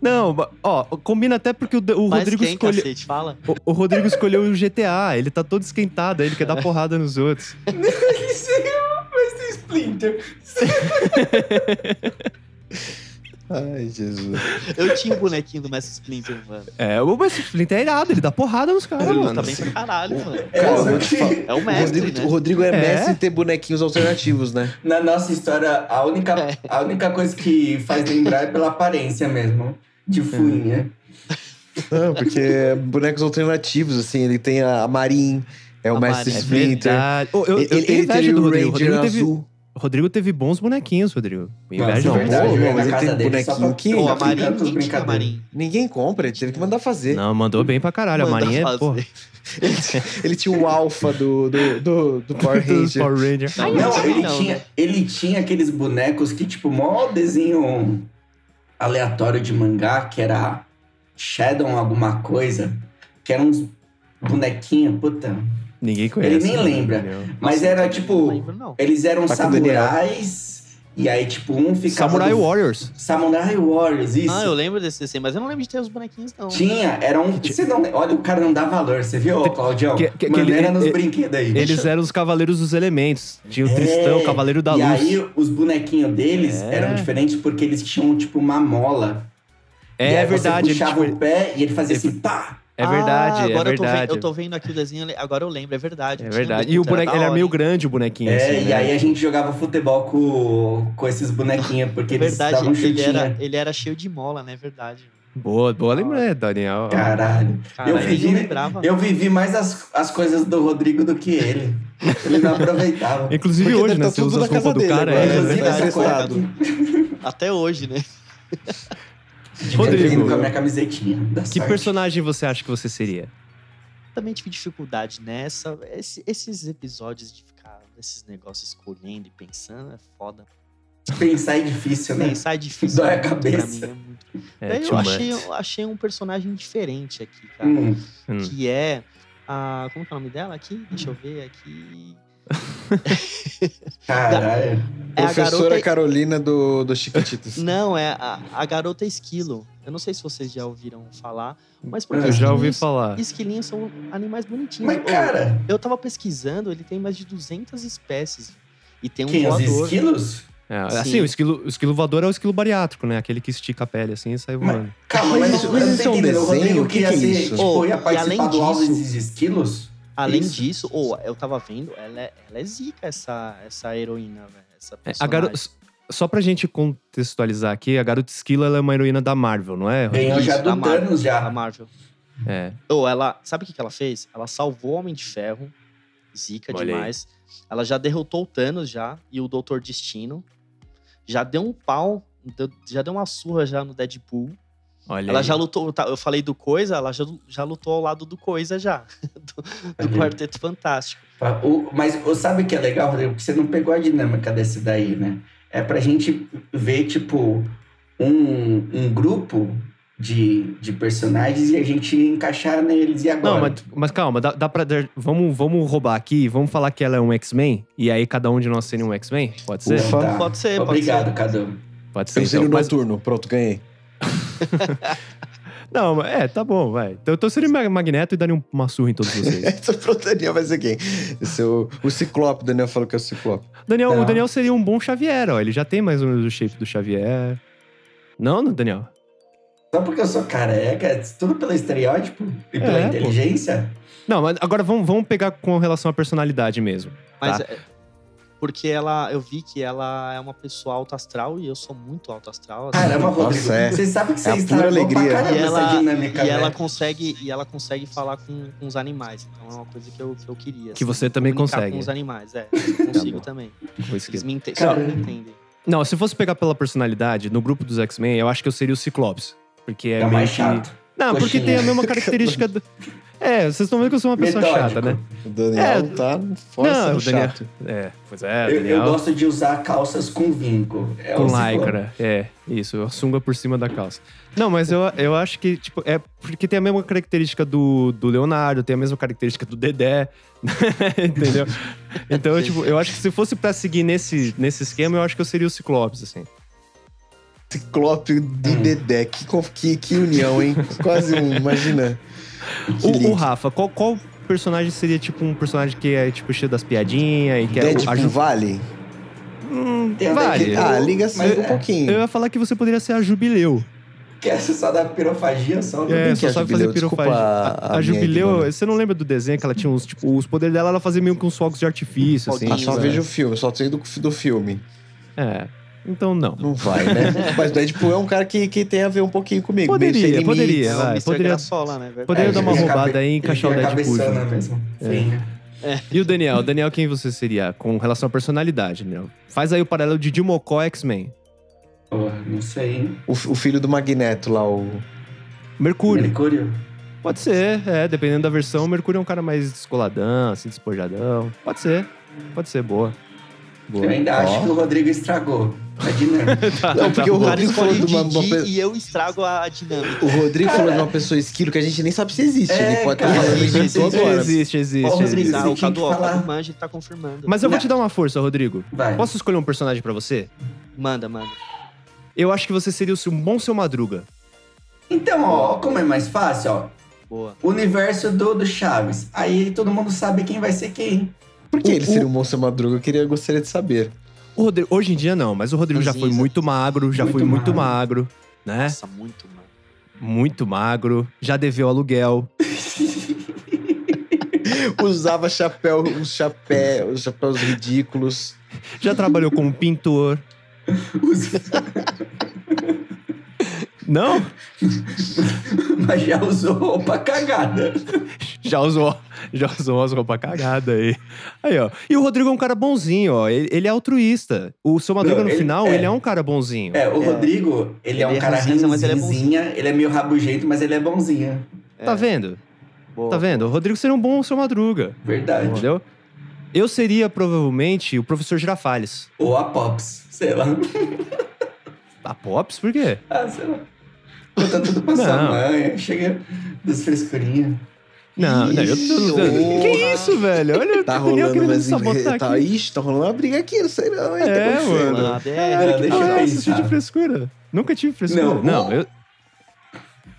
Speaker 1: Não, ó, combina até porque o, o
Speaker 3: Mas
Speaker 1: Rodrigo
Speaker 3: quem,
Speaker 1: escolheu.
Speaker 3: cacete, fala?
Speaker 1: O, o Rodrigo escolheu o GTA, ele tá todo esquentado, aí ele quer
Speaker 4: É.
Speaker 1: dar porrada nos outros.
Speaker 4: Ele seria mais um Splinter.
Speaker 2: Ai, Jesus.
Speaker 3: Eu tinha um bonequinho do Mestre Splinter, mano.
Speaker 1: É, o Mestre Splinter é irado, ele dá porrada nos caras,
Speaker 3: Ele
Speaker 1: Ah, mano.
Speaker 3: luta bem pra caralho, mano.
Speaker 4: É,
Speaker 2: Cara,
Speaker 4: só
Speaker 2: eu
Speaker 4: que
Speaker 2: te falo,
Speaker 3: É o
Speaker 2: O
Speaker 3: mestre,
Speaker 2: Rodrigo,
Speaker 3: né?
Speaker 2: o Rodrigo é,
Speaker 1: É.
Speaker 2: mestre em ter bonequinhos alternativos, né?
Speaker 4: Na nossa história, a única,
Speaker 3: É.
Speaker 4: a única coisa que faz lembrar é pela aparência mesmo.
Speaker 1: É.
Speaker 4: De fuinha.
Speaker 2: Não, porque é bonecos alternativos, assim, ele tem a, a Marin, é o
Speaker 3: A
Speaker 2: mestre
Speaker 3: Marin.
Speaker 1: É
Speaker 2: Splinter.
Speaker 1: verdade. Ô, eu, eu
Speaker 2: ele
Speaker 1: tenho
Speaker 2: ele
Speaker 1: inveja
Speaker 2: teria
Speaker 1: do
Speaker 2: o
Speaker 1: Rodrigo. O Rodrigo
Speaker 2: Ranger
Speaker 1: teve,
Speaker 2: azul.
Speaker 1: Rodrigo teve bons bonequinhos, Rodrigo.
Speaker 4: Nossa,
Speaker 1: Inveja
Speaker 2: não,
Speaker 4: é verdade,
Speaker 2: não,
Speaker 4: eu ia
Speaker 2: mas
Speaker 4: na
Speaker 2: ele
Speaker 4: casa
Speaker 1: um
Speaker 2: tem
Speaker 4: dele
Speaker 2: bonequinho
Speaker 4: só pra
Speaker 2: que-
Speaker 3: Ô, a Marinha,
Speaker 4: ficar brincando tá com
Speaker 3: quem
Speaker 4: os
Speaker 3: tinha a
Speaker 4: brincadeiros.
Speaker 3: Marinha?
Speaker 2: Ninguém compra, ele teve que mandar fazer.
Speaker 1: Não, mandou bem pra caralho.
Speaker 3: Manda
Speaker 1: a Marinha é,
Speaker 3: fazer.
Speaker 1: porra,
Speaker 2: Ele tinha o Alpha do, do, do, do Power
Speaker 1: dos
Speaker 2: Ranger.
Speaker 1: Power Ranger.
Speaker 3: Não,
Speaker 4: Não,
Speaker 3: não,
Speaker 4: ele,
Speaker 3: não,
Speaker 4: tinha,
Speaker 3: né?
Speaker 4: ele tinha aqueles bonecos que, tipo, mó desenho aleatório de mangá, que era Shadow alguma coisa, que eram uns bonequinhos, puta.
Speaker 1: Ninguém conhece.
Speaker 4: Ele nem
Speaker 1: né,
Speaker 4: lembra.
Speaker 1: entendeu?
Speaker 4: Mas era, tipo,
Speaker 3: Não lembro, não.
Speaker 4: eles eram
Speaker 2: Tá com o Daniel.
Speaker 4: samurais, e aí, tipo, um ficava...
Speaker 1: Samurai
Speaker 4: do-
Speaker 1: Warriors.
Speaker 4: Samurai Warriors, isso.
Speaker 3: Ah, eu lembro desse desenho, mas eu não lembro de ter os bonequinhos, não.
Speaker 4: Tinha, era um... Você não... Olha, o cara não dá valor, você viu, ô, Claudião?
Speaker 1: que- que- que
Speaker 4: Maneira
Speaker 1: ele-
Speaker 4: nos
Speaker 1: ele-
Speaker 4: brinquedos aí.
Speaker 1: Eles eram os Cavaleiros dos Elementos. Tinha o Tristão, o Cavaleiro da
Speaker 4: É, e
Speaker 1: Luz.
Speaker 4: aí, os bonequinhos deles
Speaker 1: É.
Speaker 4: eram diferentes porque eles tinham, tipo, uma mola.
Speaker 1: é,
Speaker 4: e aí
Speaker 1: verdade,
Speaker 4: Você
Speaker 1: ele,
Speaker 4: puxava
Speaker 1: tipo,
Speaker 4: o pé e ele fazia
Speaker 1: ele-
Speaker 4: assim, pá!
Speaker 1: é verdade,
Speaker 3: Ah, agora
Speaker 1: é
Speaker 3: eu tô vendo-
Speaker 1: verdade.
Speaker 3: Eu tô, vendo aqui o desenho, agora eu lembro, é verdade.
Speaker 1: É
Speaker 3: eu tinha
Speaker 1: verdade.
Speaker 3: visto,
Speaker 1: E o boneco,
Speaker 3: da
Speaker 1: ele era
Speaker 3: hora,
Speaker 1: meio
Speaker 3: hein?
Speaker 1: grande o bonequinho,
Speaker 4: É,
Speaker 1: assim,
Speaker 4: e
Speaker 1: né?
Speaker 4: aí a gente jogava futebol com, com esses bonequinhos, porque
Speaker 3: É
Speaker 4: eles
Speaker 3: verdade,
Speaker 4: davam um
Speaker 3: ele
Speaker 4: chutinha.
Speaker 3: era, ele era cheio de mola, né? É verdade.
Speaker 1: Boa, boa lembrança, Daniel.
Speaker 4: Caralho.
Speaker 3: Caralho, eu
Speaker 4: vivi-
Speaker 3: não lembrava.
Speaker 4: Eu vivi mais as, as coisas do Rodrigo do que ele. Ele não aproveitava.
Speaker 1: Inclusive
Speaker 2: Porque
Speaker 1: hoje,
Speaker 2: deve
Speaker 1: né?
Speaker 2: tá
Speaker 1: Você
Speaker 2: tudo
Speaker 1: usa
Speaker 2: na
Speaker 1: as roupas
Speaker 2: casa
Speaker 1: do
Speaker 2: dele
Speaker 1: cara
Speaker 2: agora,
Speaker 1: aí,
Speaker 2: né?
Speaker 1: né?
Speaker 4: Inclusive,
Speaker 2: Tá
Speaker 4: essa coisa
Speaker 2: emprestado.
Speaker 4: aqui,
Speaker 3: Até hoje, né?
Speaker 4: dividindo com a
Speaker 1: Rodrigo.
Speaker 4: minha camisetinha. da
Speaker 1: Que
Speaker 4: sorte.
Speaker 1: personagem você acha que você seria?
Speaker 3: Também tive dificuldade nessa. Esse- esses episódios de ficar nesses negócios escolhendo e pensando é foda.
Speaker 4: Pensar é difícil, né?
Speaker 3: Pensar é difícil.
Speaker 4: Dói a
Speaker 3: muito
Speaker 4: cabeça.
Speaker 3: Pra mim, é muito...
Speaker 1: É,
Speaker 3: Daí
Speaker 1: too
Speaker 3: eu
Speaker 1: much.
Speaker 3: achei, eu achei um personagem diferente aqui, cara.
Speaker 4: Hum.
Speaker 1: Hum.
Speaker 3: que é a. Como que é o nome dela aqui? Deixa eu ver aqui.
Speaker 4: Caralho.
Speaker 3: É a
Speaker 2: Professora
Speaker 3: garota.
Speaker 2: Carolina do, do Chiquititas.
Speaker 3: Não, é a, a garota esquilo. Eu não sei se vocês já ouviram falar, mas porque
Speaker 1: Eu já ouvi
Speaker 3: esquilinhos-
Speaker 1: falar.
Speaker 3: Esquilinhos são animais bonitinhos.
Speaker 4: Mas,
Speaker 3: Ô,
Speaker 4: cara,
Speaker 3: Eu tava pesquisando, ele tem mais de 200 espécies. E tem um
Speaker 4: quem? Os
Speaker 3: voador.
Speaker 4: esquilos?
Speaker 1: É, assim,
Speaker 3: Sim.
Speaker 1: o esquilo, o esquilo voador é o esquilo bariátrico, né? Aquele que estica a pele assim e sai voando.
Speaker 4: Calma,
Speaker 2: Mas
Speaker 4: mas,
Speaker 2: isso-
Speaker 4: eu
Speaker 2: mas
Speaker 4: não
Speaker 2: isso
Speaker 4: tô
Speaker 2: é um
Speaker 4: entendendo. O
Speaker 2: desenho?
Speaker 4: Rodrigo
Speaker 2: O que
Speaker 4: queria
Speaker 2: que é
Speaker 4: ser,
Speaker 2: isso?
Speaker 4: tipo,
Speaker 3: Oh,
Speaker 4: ia
Speaker 3: e
Speaker 4: participar
Speaker 3: além
Speaker 4: do Alves
Speaker 3: disso-
Speaker 4: dos Esquilos?
Speaker 3: Além
Speaker 4: Isso.
Speaker 3: disso, ô, eu tava vendo, ela é, ela é zica, essa, essa heroína, velho.
Speaker 1: É,
Speaker 3: Essa
Speaker 1: a
Speaker 3: personagem.
Speaker 1: garo... Só pra gente contextualizar aqui, a garota esquilo ela é uma heroína da Marvel, não é? Rodrigo?
Speaker 4: Ganhou já
Speaker 3: da
Speaker 4: do Thanos
Speaker 3: da
Speaker 4: já.
Speaker 3: Marvel.
Speaker 1: É.
Speaker 3: Ou ela, sabe o que, que ela fez? Ela salvou o Homem de Ferro, zica
Speaker 1: Olha aí.
Speaker 3: demais. Ela já derrotou o Thanos já e o Doutor Destino. Já deu um pau, deu- já deu uma surra já no Deadpool.
Speaker 1: Olha
Speaker 3: Ela
Speaker 1: aí.
Speaker 3: já lutou, tá, eu falei do Coisa, ela já, já lutou ao lado do Coisa já, do, do
Speaker 4: Olha aí.
Speaker 3: Quarteto Fantástico.
Speaker 4: O- mas o- sabe o que é legal, Rodrigo? Que você não pegou a dinâmica desse daí, né? É pra gente ver, tipo, um, um grupo de, de personagens e a gente encaixar neles e agora.
Speaker 1: Não, mas, mas calma, dá, dá pra. dar- vamos, vamos roubar aqui, vamos falar que ela é um X-Men, e aí cada um de nós seria um X-Men? Pode ser?
Speaker 2: Ufa.
Speaker 4: Então tá.
Speaker 3: Pode ser, pode
Speaker 4: Obrigado, Cadu.
Speaker 1: Pode ser.
Speaker 2: Eu seria
Speaker 1: Então.
Speaker 2: o
Speaker 1: Mas,
Speaker 2: noturno. Pronto, ganhei.
Speaker 1: não, mas- é, tá bom, vai. Então, então eu seria o Mag- Magneto e daria um- uma surra em todos vocês.
Speaker 2: Essa pro Daniel vai ser quem? Esse é o, o Ciclope. O Daniel falou que é o Ciclope.
Speaker 1: Daniel,
Speaker 4: Tá.
Speaker 1: O Daniel seria um bom Xavier, ó. Ele já tem mais ou menos o shape do Xavier. Não, não, Daniel?
Speaker 4: Só porque eu sou careca, é tudo pelo estereótipo e pela
Speaker 1: É, pô.
Speaker 4: inteligência.
Speaker 1: Não, mas agora vamos, vamos pegar com relação à personalidade mesmo.
Speaker 3: Mas
Speaker 1: Tá.
Speaker 3: é- porque ela, eu vi que ela é uma pessoa alto astral e eu sou muito alto astral. assim.
Speaker 4: Caramba, Rodrigo,
Speaker 2: Nossa, é.
Speaker 4: vocês sabem que
Speaker 2: É a
Speaker 4: vocês
Speaker 2: pura
Speaker 4: estavam pra
Speaker 2: alegria.
Speaker 4: caramba
Speaker 3: E ela-
Speaker 4: essa dinâmica,
Speaker 3: e
Speaker 4: né?
Speaker 3: ela consegue e ela consegue falar com, com os animais. Então é uma coisa que eu, que eu queria.
Speaker 1: Que
Speaker 3: assim,
Speaker 1: você também
Speaker 3: comunicar
Speaker 1: consegue. Tá
Speaker 3: Com os animais, é. Eu consigo também.
Speaker 1: Vou esquecer.
Speaker 3: Eles me, ente-
Speaker 4: Cara,
Speaker 3: eles me entendem.
Speaker 1: Não, se fosse pegar pela personalidade, no grupo dos X-Men, eu acho que eu seria o Ciclopes. Porque é
Speaker 4: É o
Speaker 1: meio
Speaker 4: mais
Speaker 1: que-
Speaker 4: chato.
Speaker 1: Não, porque
Speaker 4: Coxinha.
Speaker 1: tem a mesma característica do... É, vocês estão vendo que eu sou uma pessoa
Speaker 4: Metódico.
Speaker 1: chata, né?
Speaker 2: O Daniel
Speaker 1: É,
Speaker 2: tá fora
Speaker 1: não,
Speaker 2: sendo
Speaker 1: o Daniel-
Speaker 2: chato.
Speaker 1: É, pois é,
Speaker 4: Eu, eu
Speaker 1: Daniel.
Speaker 4: gosto de usar calças com vinco. É
Speaker 1: com
Speaker 4: o ciclo-
Speaker 1: lycra, é, isso, a sunga por cima da calça. Não, mas eu, eu acho que, tipo, é porque tem a mesma característica do, do Leonardo, tem a mesma característica do Dedé, entendeu? Então, eu, tipo, eu acho que se fosse pra seguir nesse, nesse esquema, eu acho que eu seria o Ciclopes, assim.
Speaker 2: Ciclope de
Speaker 4: Hum.
Speaker 2: Dedé. Que, co- que, que união, hein? Quase um, imagina. Que
Speaker 1: O, o
Speaker 2: lindo.
Speaker 1: Rafa, qual, qual personagem seria, tipo, um personagem que é, tipo, cheio das piadinhas e que é... o-
Speaker 2: Deadpool
Speaker 1: ju-
Speaker 2: vale?
Speaker 1: Hum,
Speaker 4: Tem até
Speaker 1: vale.
Speaker 4: que-
Speaker 2: Ah, liga assim
Speaker 4: Mas
Speaker 2: um
Speaker 4: é.
Speaker 2: pouquinho.
Speaker 1: Eu ia falar que você poderia ser a Jubileu.
Speaker 4: Quer só dar pirofagia, só
Speaker 1: É,
Speaker 2: que
Speaker 1: só
Speaker 2: é a
Speaker 1: sabe
Speaker 2: Jubileu?
Speaker 1: fazer
Speaker 2: Desculpa
Speaker 1: pirofagem. A,
Speaker 2: a-
Speaker 1: a
Speaker 2: a minha
Speaker 1: Jubileu,
Speaker 2: ignorância.
Speaker 1: você não lembra do desenho que ela tinha uns, tipo, os poderes dela, ela fazia meio com uns fogos de artifício, assim.
Speaker 2: Ah,
Speaker 3: Foguinhos,
Speaker 2: só
Speaker 1: né?
Speaker 2: vejo o filme, só sei do, do filme.
Speaker 1: É. Então não.
Speaker 2: Não vai, né? Mas o Deadpool é um cara que, que tem a ver um pouquinho comigo. meio
Speaker 1: Poderia,
Speaker 2: sem limites.
Speaker 1: poderia.
Speaker 3: É o
Speaker 1: vai,
Speaker 3: Mr.
Speaker 1: poderia-
Speaker 3: Graçola, né? Verdade.
Speaker 1: poderia dar uma
Speaker 4: ele
Speaker 1: roubada
Speaker 4: É, cabe-
Speaker 1: aí e
Speaker 4: ele
Speaker 1: encaixar o
Speaker 4: vira
Speaker 1: Deadpool
Speaker 4: cabeçana
Speaker 1: junto. É.
Speaker 4: mesmo. Sim, né?
Speaker 1: E o Daniel? O Daniel, quem você seria? Com relação à personalidade, né? Faz aí o paralelo de Dimocó X-Men.
Speaker 4: Porra, não sei, hein?
Speaker 2: O, o filho do Magneto lá, o.
Speaker 1: Mercúrio.
Speaker 4: Mercúrio.
Speaker 1: Pode ser, é. Dependendo da versão, o Mercúrio é um cara mais descoladão, assim, despojadão. Pode ser. Pode ser, boa. Boa.
Speaker 4: Eu ainda
Speaker 2: Ó.
Speaker 4: acho que o Rodrigo estragou a dinâmica.
Speaker 1: Tá,
Speaker 2: Não,
Speaker 1: tá
Speaker 2: porque o
Speaker 1: bom.
Speaker 3: O cara
Speaker 2: Rodrigo falou
Speaker 3: escolhe
Speaker 2: de
Speaker 3: o
Speaker 2: uma- uma
Speaker 3: Didi
Speaker 2: pe-
Speaker 3: e eu estrago a a dinâmica.
Speaker 2: O Rodrigo falou de uma pessoa esquilo que a gente nem sabe se existe.
Speaker 4: É,
Speaker 2: Ele pode estar
Speaker 4: cara,
Speaker 2: falando
Speaker 3: existe,
Speaker 2: inventou
Speaker 3: existe,
Speaker 2: agora.
Speaker 1: Existe,
Speaker 4: Ó,
Speaker 1: existe,
Speaker 4: Rodrigo,
Speaker 1: existe.
Speaker 3: Tá, o
Speaker 4: você tinha que
Speaker 3: Cadu, ó, o
Speaker 4: falar.
Speaker 3: Cadu Manja ele tá confirmando.
Speaker 1: Mas eu vou
Speaker 4: Não.
Speaker 1: te dar uma força, Rodrigo.
Speaker 4: Vai.
Speaker 1: Posso escolher um personagem pra você?
Speaker 3: Manda, manda.
Speaker 1: Eu acho que você seria o seu- um bom seu Madruga.
Speaker 4: Então, ó, como é mais fácil, ó.
Speaker 3: Boa.
Speaker 4: Universo do, do Chaves. Aí todo mundo sabe quem vai ser quem.
Speaker 2: Por que ele
Speaker 1: O-
Speaker 2: seria um monstro madruga? Eu queria, gostaria de saber.
Speaker 1: O Rodrigo, hoje em dia não, mas o Rodrigo já foi
Speaker 3: Ranzinza.
Speaker 1: muito magro, já
Speaker 4: Muito
Speaker 1: foi muito magro,
Speaker 4: magro.
Speaker 1: né?
Speaker 3: Nossa, muito, mano.
Speaker 1: Muito magro, já deveu aluguel.
Speaker 2: Usava chapéu, os chapéu, os chapéus ridículos.
Speaker 1: já trabalhou como pintor. Não?
Speaker 4: Mas já usou né? roupa cagada.
Speaker 1: Já usou, já usou as roupas cagadas aí. Aí, ó. E o Rodrigo é um cara bonzinho, ó. Ele, ele é altruísta. O seu Madruga
Speaker 4: Não,
Speaker 1: no
Speaker 4: ele-
Speaker 1: final,
Speaker 4: é.
Speaker 1: ele é um cara bonzinho.
Speaker 4: É, o
Speaker 3: É.
Speaker 4: Rodrigo, ele, é um
Speaker 3: Ele é
Speaker 4: cara
Speaker 3: ranzinza,
Speaker 4: ranzinha,
Speaker 3: mas ele é
Speaker 4: ele, é meio rabugento, mas ele é bonzinho.
Speaker 1: Tá
Speaker 3: É.
Speaker 1: vendo?
Speaker 3: Boa.
Speaker 1: Tá vendo? O Rodrigo seria um bom seu Madruga,
Speaker 4: Verdade.
Speaker 1: entendeu? Eu seria provavelmente o professor Girafales.
Speaker 4: Ou a Pops, sei lá.
Speaker 1: A Pops, por quê?
Speaker 4: Ah, sei lá. Conta tudo pra sua
Speaker 1: Não.
Speaker 4: mãe, chega dos frescurinhos.
Speaker 1: Não, não, eu tô.
Speaker 2: Ih,
Speaker 1: Que isso, velho? Olha
Speaker 2: Tá
Speaker 1: o Daniel
Speaker 2: rolando,
Speaker 1: querendo me
Speaker 2: mas
Speaker 1: sabotar
Speaker 2: tá,
Speaker 1: aqui.
Speaker 2: ixi, tá rolando uma briga aqui, não sei não, hein?
Speaker 1: É,
Speaker 2: tá acontecendo.
Speaker 1: mano.
Speaker 3: Nada, é.
Speaker 1: Caralho,
Speaker 4: Não,
Speaker 1: que
Speaker 4: deixa eu
Speaker 1: porra é essa
Speaker 4: pensar.
Speaker 1: de frescura? Nunca tive frescura.
Speaker 4: Não.
Speaker 1: não eu,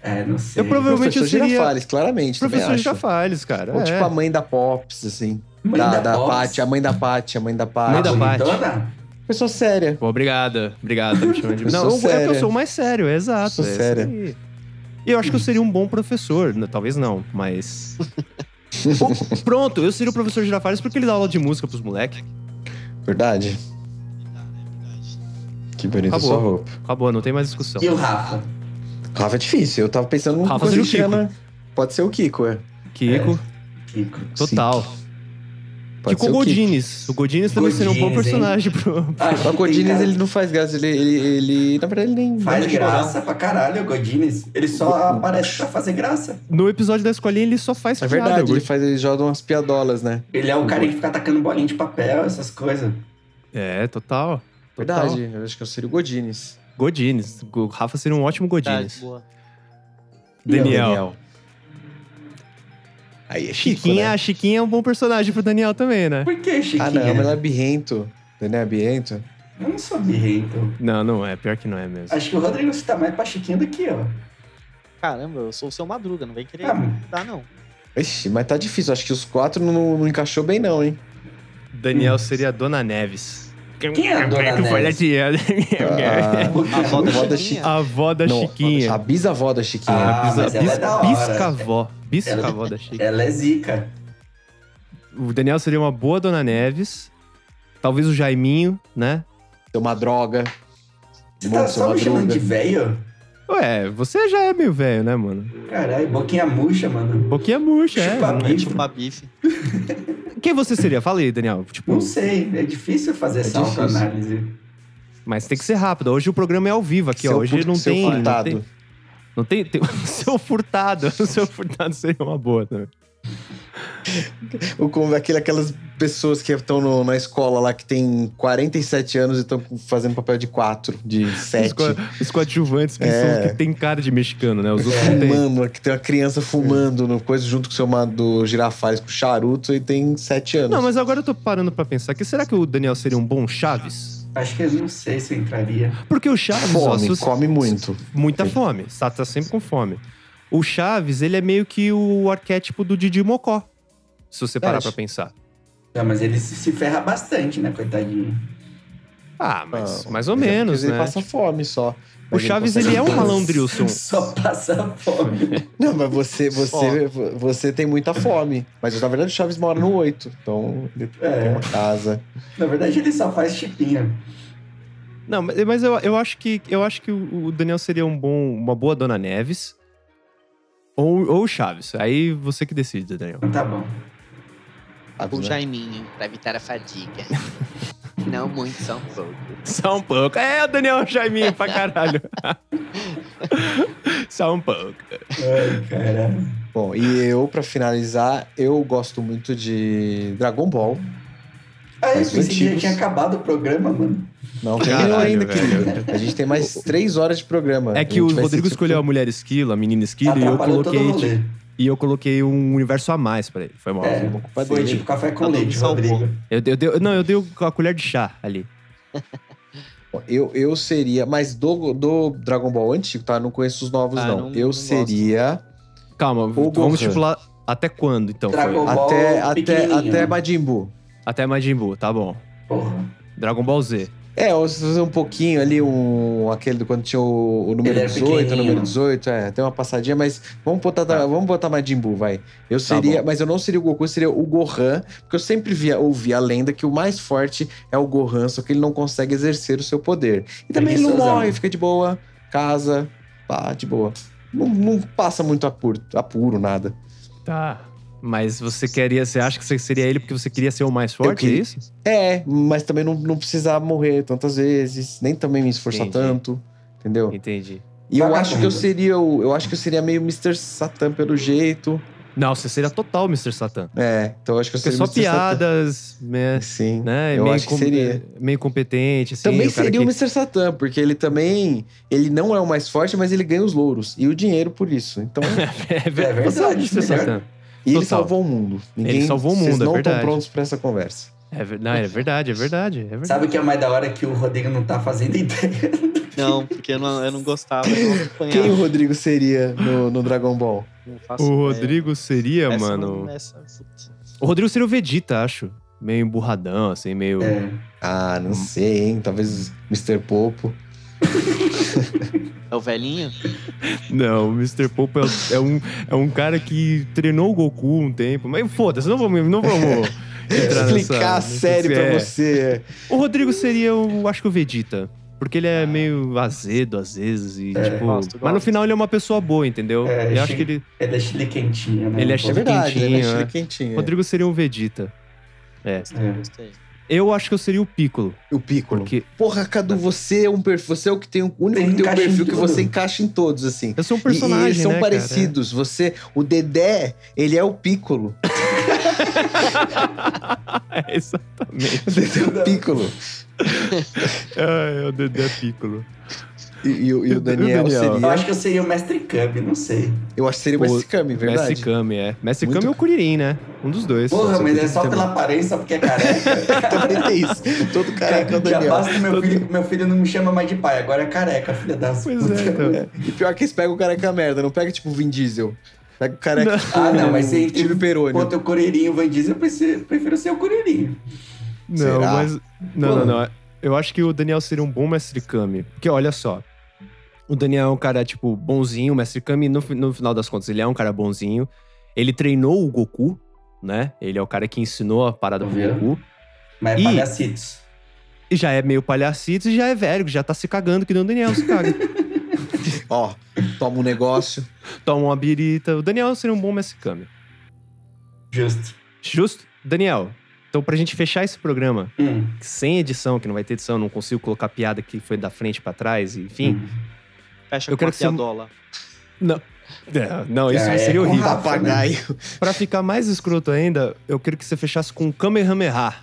Speaker 4: É, não sei.
Speaker 1: Eu provavelmente-
Speaker 2: Professor
Speaker 1: eu seria-
Speaker 2: Girafales, claramente, também
Speaker 1: Professor
Speaker 2: acho.
Speaker 1: Girafales, cara.
Speaker 2: Ou
Speaker 1: é.
Speaker 2: tipo a mãe da Pops, assim.
Speaker 4: Mãe
Speaker 2: da, da
Speaker 4: Pops.
Speaker 2: Paty, a mãe da Paty, a mãe da
Speaker 4: A
Speaker 1: Mãe
Speaker 2: Paty.
Speaker 1: da Paty.
Speaker 4: bonitona?
Speaker 2: Pessoa séria.
Speaker 1: Pô, obrigado, obrigado. tá me chamando de-
Speaker 2: Eu
Speaker 1: Não,
Speaker 2: sou
Speaker 1: eu- é que eu
Speaker 2: séria.
Speaker 1: sou o mais sério, é exato.
Speaker 2: Sou
Speaker 1: é isso
Speaker 2: séria.
Speaker 1: aí. E eu acho que eu seria um bom professor. né, Talvez não, mas. Pô, Pronto, eu seria o professor Girafales porque ele dá aula de música pros moleques.
Speaker 2: Verdade? Que bonita
Speaker 1: Acabou.
Speaker 2: sua roupa.
Speaker 1: Acabou, não tem mais discussão.
Speaker 4: E o Rafa?
Speaker 2: Rafa é difícil, eu tava pensando num
Speaker 1: Rafa seria o Kiko.
Speaker 2: corintiano. Pode ser o Kiko, é.
Speaker 1: Kiko,
Speaker 4: Kiko.
Speaker 1: total.
Speaker 2: Pode
Speaker 1: Kiko
Speaker 2: ser o
Speaker 1: Godines. O Godines também seria um bom
Speaker 4: Godinez, hein?
Speaker 1: personagem pro.
Speaker 4: Ah,
Speaker 2: Kiko. O Godinez, ele não faz graça, ele, ele, ele- Na verdade, ele nem.
Speaker 4: Faz
Speaker 2: nem chora.
Speaker 4: graça pra caralho, o Godinez. Ele só aparece pra fazer graça.
Speaker 1: No episódio da escolinha ele só faz
Speaker 2: É
Speaker 1: piada,
Speaker 2: verdade,
Speaker 1: o
Speaker 2: ele, faz, ele joga umas piadolas, né?
Speaker 4: Ele é o cara que fica atacando bolinha de papel, essas coisas.
Speaker 1: É, total. total.
Speaker 2: Verdade, eu acho que eu seria o Godinez.
Speaker 1: Godines. O Rafa seria um ótimo
Speaker 3: Tá,
Speaker 1: Godines.
Speaker 3: boa.
Speaker 1: Daniel.
Speaker 2: Aí é Chico,
Speaker 1: Chiquinha,
Speaker 2: né?
Speaker 1: a Chiquinha é um bom personagem pro Daniel também, né?
Speaker 4: Por que, Chiquinha?
Speaker 2: Ah, não, mas ela é birrento. Daniel é birrento?
Speaker 4: Eu não sou birrento.
Speaker 1: Não, não é. Pior que não é mesmo.
Speaker 4: Acho que o Rodrigo está mais pra Chiquinha do que eu.
Speaker 3: Caramba, eu sou o seu Madruga, não vem querer
Speaker 4: Ah,
Speaker 3: dar, não.
Speaker 2: Ixi, mas tá difícil. Acho que os quatro não, não encaixou bem, não, hein?
Speaker 1: Daniel seria a Dona Neves.
Speaker 4: Quem é a Dona
Speaker 1: Eu falei
Speaker 4: Neves?
Speaker 1: de-
Speaker 2: Ah,
Speaker 4: Puta,
Speaker 3: A é avó da
Speaker 2: Roda
Speaker 3: Chiquinha.
Speaker 1: A avó É, da
Speaker 2: não,
Speaker 1: Chiquinha.
Speaker 2: A bisavó da Chiquinha.
Speaker 4: Ah, mas ela é da hora.
Speaker 1: Biscavó. Biscavó da Chiquinha.
Speaker 4: Ela é zica.
Speaker 1: O Daniel seria uma boa Dona Neves. Talvez o Jaiminho, né?
Speaker 2: Tem é uma droga.
Speaker 4: Você
Speaker 2: Bom,
Speaker 4: tá
Speaker 2: seu
Speaker 4: só me chamando
Speaker 2: Madruga.
Speaker 4: de velho?
Speaker 1: Ué, você já é meio velho, né, mano?
Speaker 4: Caralho, boquinha murcha, mano.
Speaker 1: Boquinha murcha, é.
Speaker 4: Chupa
Speaker 1: mano.
Speaker 3: É
Speaker 4: bife.
Speaker 3: chupar bife.
Speaker 1: Quem você seria? Fala aí, Daniel. Tipo,
Speaker 4: Não sei, é difícil fazer essa
Speaker 2: difícil.
Speaker 4: autoanálise.
Speaker 1: mas tem que ser rápido. Hoje o programa é ao vivo aqui, ó.
Speaker 2: Seu
Speaker 1: Hoje
Speaker 2: puto-
Speaker 1: não,
Speaker 2: seu
Speaker 1: tem, não
Speaker 2: furtado.
Speaker 1: tem. Não tem, tem- Seu furtado. Seu furtado seria uma boa também.
Speaker 2: O, com- aquele, aquelas pessoas que estão na escola lá que tem 47 anos e estão fazendo papel de 4, de 7.
Speaker 1: Os, co os coadjuvantes que,
Speaker 2: É.
Speaker 1: são, que tem cara de mexicano, né? Os outros não tem.
Speaker 2: Fumando, que tem uma criança fumando no coisa junto com o seu do girafales com charuto e tem 7 anos.
Speaker 1: Não, mas agora eu tô parando pra pensar que será que o Daniel seria um bom Chaves?
Speaker 4: Acho que eu não sei se eu entraria.
Speaker 1: Porque o Chaves, ó, se
Speaker 2: Fome,
Speaker 1: você-
Speaker 2: come muito. É.
Speaker 1: muita
Speaker 2: Sim.
Speaker 1: fome. Tá, tá sempre com fome. O Chaves, ele é meio que o arquétipo do Didi Mocó. Se você parar
Speaker 2: Acho.
Speaker 1: pra pensar.
Speaker 4: Não, mas ele se se ferra bastante, né, coitadinho?
Speaker 1: Ah, mas
Speaker 2: Ah,
Speaker 1: mais ou
Speaker 2: mas é porque
Speaker 1: menos,
Speaker 2: Ele
Speaker 1: né?
Speaker 2: passa fome só.
Speaker 1: O
Speaker 2: Mas
Speaker 1: Chaves,
Speaker 2: consegue
Speaker 1: ele é um
Speaker 2: fazer-
Speaker 1: malandrilson.
Speaker 4: Só passa fome.
Speaker 2: Não, mas você, você, você tem muita fome. Mas na verdade o Chaves mora no 8. Então ele tem uma casa.
Speaker 4: Na verdade, ele só faz chipinha.
Speaker 1: Não, mas mas eu, eu acho que, eu acho que o o Daniel seria um bom, uma boa Dona Neves. Ou, ou o Chaves. Aí você que decide, Daniel.
Speaker 4: Então Tá bom.
Speaker 2: Chaves,
Speaker 5: O
Speaker 3: é.
Speaker 2: né?
Speaker 5: Jaiminho, pra evitar a fadiga. Não muito, só um pouco.
Speaker 1: Só um pouco. É, o Daniel Jaiminho pra caralho. Só um pouco.
Speaker 4: Ai, caralho.
Speaker 2: Bom, e eu, pra finalizar, eu gosto muito de Dragon Ball.
Speaker 4: Aí,
Speaker 2: Mas
Speaker 4: pensei que já
Speaker 2: antigos.
Speaker 4: tinha acabado o programa, mano.
Speaker 2: Não tem
Speaker 1: Caralho,
Speaker 2: eu ainda,
Speaker 1: velho.
Speaker 2: querido. A gente tem mais três horas de programa.
Speaker 1: É
Speaker 2: A
Speaker 1: que
Speaker 2: gente
Speaker 1: o
Speaker 2: vai ser,
Speaker 1: Rodrigo
Speaker 2: tipo,
Speaker 1: escolheu a mulher esquilo, a menina esquilo, e eu
Speaker 4: Atrapalhou todo o
Speaker 1: coloquei,
Speaker 4: rolê.
Speaker 1: e eu coloquei um universo a mais pra ele. Foi mal.
Speaker 4: É,
Speaker 2: uma culpa
Speaker 4: foi
Speaker 2: dele.
Speaker 4: tipo café com
Speaker 3: Cada um
Speaker 4: leite,
Speaker 3: salvou.
Speaker 4: Rodrigo.
Speaker 1: Eu, eu, dei- não, eu dei a colher de chá ali.
Speaker 2: Eu, eu seria. Mas do, do Dragon Ball antigo, tá? Não conheço os novos,
Speaker 3: Ah,
Speaker 2: não.
Speaker 3: não-
Speaker 2: Eu
Speaker 3: não
Speaker 2: seria.
Speaker 1: Calma,
Speaker 2: Gohan.
Speaker 1: vamos estipular até quando, então? foi?
Speaker 4: Dragon Ball
Speaker 2: Até, até,
Speaker 4: pequenininho.
Speaker 2: até Majin Buu.
Speaker 1: Até Majin Buu, tá bom.
Speaker 4: Porra.
Speaker 1: Dragon Ball Z.
Speaker 2: É, ou se fazer um pouquinho ali, um, aquele do quando tinha o, o número
Speaker 4: Ele era
Speaker 2: 18, o número
Speaker 4: pequenininho.
Speaker 2: 18, é, tem uma passadinha, mas vamos botar,
Speaker 1: Tá.
Speaker 2: vamos botar Majin Buu, vai. Eu
Speaker 4: Tá
Speaker 2: seria, mas eu não seria o Goku, eu seria o Gohan, porque eu sempre via, ouvi a lenda que o mais forte é o Gohan, só que ele não consegue exercer o seu poder. E também ele não
Speaker 4: Preguiçosão.
Speaker 2: morre, fica de boa, casa, pá, de boa. Não, não passa muito apuro, apuro nada.
Speaker 1: Tá. Mas você queria. Você acha que você seria ele porque você queria ser o mais forte,
Speaker 2: queria-
Speaker 1: é isso?
Speaker 2: É, mas também não, não precisar morrer tantas vezes, nem também me esforçar
Speaker 1: Entendi.
Speaker 2: tanto, entendeu?
Speaker 1: Entendi.
Speaker 2: E eu
Speaker 1: Tá
Speaker 4: Vagabundo.
Speaker 2: acho que eu seria o, eu acho que eu seria meio Mr. Satan pelo jeito.
Speaker 1: Não, você seria total Mr. Satan.
Speaker 2: É, então eu acho que eu
Speaker 1: Porque
Speaker 2: seria
Speaker 1: só
Speaker 2: Mr. Satan.
Speaker 1: piadas, né?
Speaker 2: Sim.
Speaker 1: né,
Speaker 2: Eu
Speaker 1: meio
Speaker 2: acho que
Speaker 1: com-
Speaker 2: seria.
Speaker 1: meio competente, assim.
Speaker 2: também
Speaker 1: o cara
Speaker 2: seria o
Speaker 1: que-
Speaker 2: Mr. Satan, porque ele também, ele não é o mais forte, mas ele ganha os louros e o dinheiro por isso. Então,
Speaker 1: É verdade,
Speaker 4: É
Speaker 1: você é o
Speaker 4: verdade,
Speaker 1: Mr. Satan.
Speaker 2: e ele
Speaker 1: Total.
Speaker 2: salvou o mundo. Ninguém,
Speaker 1: salvou o
Speaker 2: Vocês
Speaker 1: mundo, é
Speaker 2: não
Speaker 1: verdade.
Speaker 2: prontos pra essa conversa.
Speaker 1: É, ver- não, é verdade, é verdade, é verdade.
Speaker 4: Sabe o que é mais da hora que o Rodrigo não tá fazendo ideia?
Speaker 3: Não, porque eu não, eu não gostava, eu não
Speaker 1: É.
Speaker 2: Quem o
Speaker 3: acompanhava.
Speaker 2: Rodrigo seria no, no Dragon Ball?
Speaker 3: Não
Speaker 2: é?
Speaker 3: faço
Speaker 1: O
Speaker 3: ideia.
Speaker 1: Rodrigo seria,
Speaker 3: Essa
Speaker 1: mano. É
Speaker 3: não- essa- putz.
Speaker 1: O Rodrigo seria o Vegeta, acho. Meio emburradão, assim, meio.
Speaker 4: É.
Speaker 2: Ah,
Speaker 1: Hum.
Speaker 2: não sei, hein? Talvez Mr. Popo.
Speaker 3: É o velhinho?
Speaker 1: Não, o Mr. Popo é, é um, é um cara que treinou o Goku um tempo. Mas foda-se, não vamos, não vamos entrar nessa-
Speaker 2: Explicar a
Speaker 1: nesse-
Speaker 2: série pra
Speaker 1: é.
Speaker 2: você.
Speaker 1: O Rodrigo seria, o, acho que o Vegeta. Porque ele é meio azedo às vezes e,
Speaker 4: É.
Speaker 1: tipo.
Speaker 3: Gosto,
Speaker 1: Mas no
Speaker 3: gosto.
Speaker 1: final ele é uma pessoa boa, entendeu?
Speaker 4: É,
Speaker 1: eu acho
Speaker 4: sim.
Speaker 1: que ele.
Speaker 4: Ele é chile quentinho, né?
Speaker 1: Ele é
Speaker 4: Um
Speaker 2: É
Speaker 1: chile-
Speaker 4: pouco.
Speaker 2: verdade, ele é
Speaker 1: Quentinho,
Speaker 2: estilo
Speaker 1: é.
Speaker 2: quentinho.
Speaker 1: O
Speaker 2: é.
Speaker 1: Rodrigo seria um Vegeta.
Speaker 4: É.
Speaker 3: Gostei.
Speaker 1: Eu acho que eu seria o Piccolo.
Speaker 2: O Piccolo.
Speaker 1: Porque
Speaker 2: Porra, Cadu, você é um perfil. Você é o que tem o único que tem um
Speaker 4: encaixa em
Speaker 2: perfil que
Speaker 4: tudo.
Speaker 2: você encaixa em todos, assim.
Speaker 1: eu sou um
Speaker 2: E- e
Speaker 1: personagem.
Speaker 2: eles são
Speaker 1: né, cara?
Speaker 2: parecidos. Você, o Dedé, ele é o Piccolo.
Speaker 1: É, exatamente.
Speaker 2: O Dedé é o Piccolo.
Speaker 1: Ah, é o Dedé Piccolo.
Speaker 2: E, e o e o Daniel,
Speaker 1: Daniel.
Speaker 4: Eu
Speaker 2: seria.
Speaker 4: acho que eu seria o mestre Cub, não sei.
Speaker 2: Eu acho que seria o Messi Kami, verdade.
Speaker 1: Messi Kami, é. Messi
Speaker 2: Muito-
Speaker 1: Kami ou Kuririn, né? Um dos dois.
Speaker 4: Porra, mas é
Speaker 2: tem
Speaker 4: só
Speaker 2: também.
Speaker 4: pela aparência, porque é careca.
Speaker 2: Também tem isso. Todo careca é o
Speaker 4: Já
Speaker 2: Daniel.
Speaker 4: basta meu filho, meu filho não me chama mais de pai, agora é careca, filha das
Speaker 1: Pois
Speaker 4: putas.
Speaker 1: é, então.
Speaker 2: E pior que eles pegam o careca merda, não pega tipo o Vin Diesel. Pega o careca
Speaker 1: Não.
Speaker 2: tipo
Speaker 4: Ah, não, mas você
Speaker 2: o Tibio Peroni.
Speaker 4: Contra o Coreirinho, o Van Diesel, eu prefiro, prefiro ser o Coreirinho.
Speaker 1: Não,
Speaker 2: Será?
Speaker 1: mas. Não,
Speaker 4: Pô.
Speaker 1: não, não. Eu acho que o Daniel seria um bom mestre Kami. Porque olha só. O Daniel é um cara, tipo, bonzinho. O mestre Kami, no, fi- no final das contas, ele é um cara bonzinho. Ele treinou o Goku, né? Ele é o cara que ensinou a parada pro
Speaker 4: Viu?
Speaker 1: Goku.
Speaker 4: Mas é
Speaker 1: Ih.
Speaker 4: palhacitos.
Speaker 1: E já é meio palhacito e já é velho, que já tá se cagando, que nem o Daniel se caga.
Speaker 2: Ó, toma um negócio.
Speaker 1: Toma uma birita. O Daniel seria um bom mestre Kami.
Speaker 4: Justo.
Speaker 1: Justo? Daniel, então pra gente fechar esse programa,
Speaker 4: Hum.
Speaker 1: sem edição, que não vai ter edição, não consigo colocar piada que foi da frente pra trás, enfim.
Speaker 4: Hum.
Speaker 3: Fecha
Speaker 1: Eu
Speaker 3: com
Speaker 1: quero
Speaker 3: a
Speaker 1: que você-
Speaker 3: piadola.
Speaker 1: É, não, isso
Speaker 4: É,
Speaker 1: seria
Speaker 4: com
Speaker 1: horrível.
Speaker 4: Rafa,
Speaker 2: Papagaio.
Speaker 1: Pra ficar mais escroto ainda, eu quero que você fechasse com Kamehameha.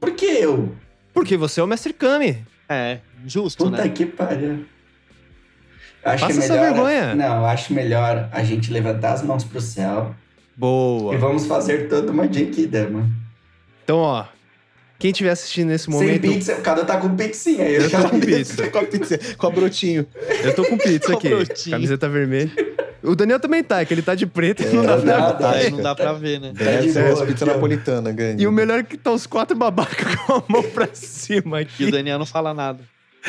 Speaker 4: Por que eu?
Speaker 1: Porque você é o mestre Kami.
Speaker 3: É, justo,
Speaker 4: Puta
Speaker 3: né?
Speaker 4: que pariu. Eu Acho
Speaker 1: Passa
Speaker 4: que é
Speaker 1: essa
Speaker 4: melhor,
Speaker 1: vergonha.
Speaker 4: Não, eu acho melhor a gente levantar as mãos pro céu e
Speaker 1: Boa.
Speaker 4: vamos fazer toda uma Genkidama.
Speaker 1: Então, ó. Quem estiver assistindo nesse
Speaker 4: Sem
Speaker 1: momento.
Speaker 4: pizza, o cara tá com pizzinha. Eu,
Speaker 1: Eu
Speaker 4: já
Speaker 1: tô com pizza.
Speaker 2: com a é pizza, com a brotinho.
Speaker 1: Eu tô com pizza aqui.
Speaker 3: Com brotinho.
Speaker 1: Camiseta vermelha. O Daniel também tá, é que ele tá de preto e não
Speaker 2: É,
Speaker 1: dá
Speaker 2: não dá.
Speaker 1: pra.
Speaker 4: Nada, é
Speaker 3: Aí
Speaker 2: Fantástico.
Speaker 3: não dá pra ver, né?
Speaker 4: de
Speaker 1: é,
Speaker 2: Deve ser
Speaker 4: boa,
Speaker 2: as pizzas
Speaker 4: então.
Speaker 2: é napolitana, grande.
Speaker 1: E o melhor é que tá os quatro babacas com a mão pra cima
Speaker 3: E o
Speaker 1: aqui.
Speaker 3: Daniel não fala nada.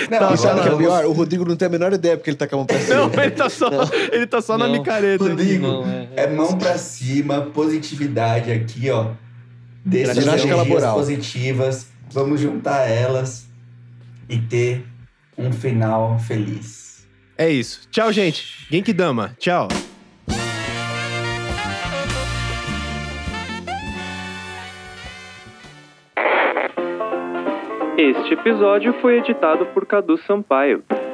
Speaker 4: Não,
Speaker 1: Tá,
Speaker 2: E sabe o que é
Speaker 4: agora
Speaker 1: vamos-
Speaker 2: pior? O Rodrigo não tem a menor ideia porque ele tá com a mão pra cima.
Speaker 1: Não, ele tá só, ele tá só na
Speaker 3: Não.
Speaker 1: micareta.
Speaker 4: Rodrigo,
Speaker 3: Não, é,
Speaker 4: É mão pra cima, positividade aqui, ó. Dessas
Speaker 2: Ginástica
Speaker 4: energias
Speaker 2: laboral.
Speaker 4: positivas, vamos juntar elas e ter um final feliz.
Speaker 1: É isso. Tchau, gente. Genkidama. Tchau.
Speaker 6: Este episódio foi editado por Cadu Sampaio.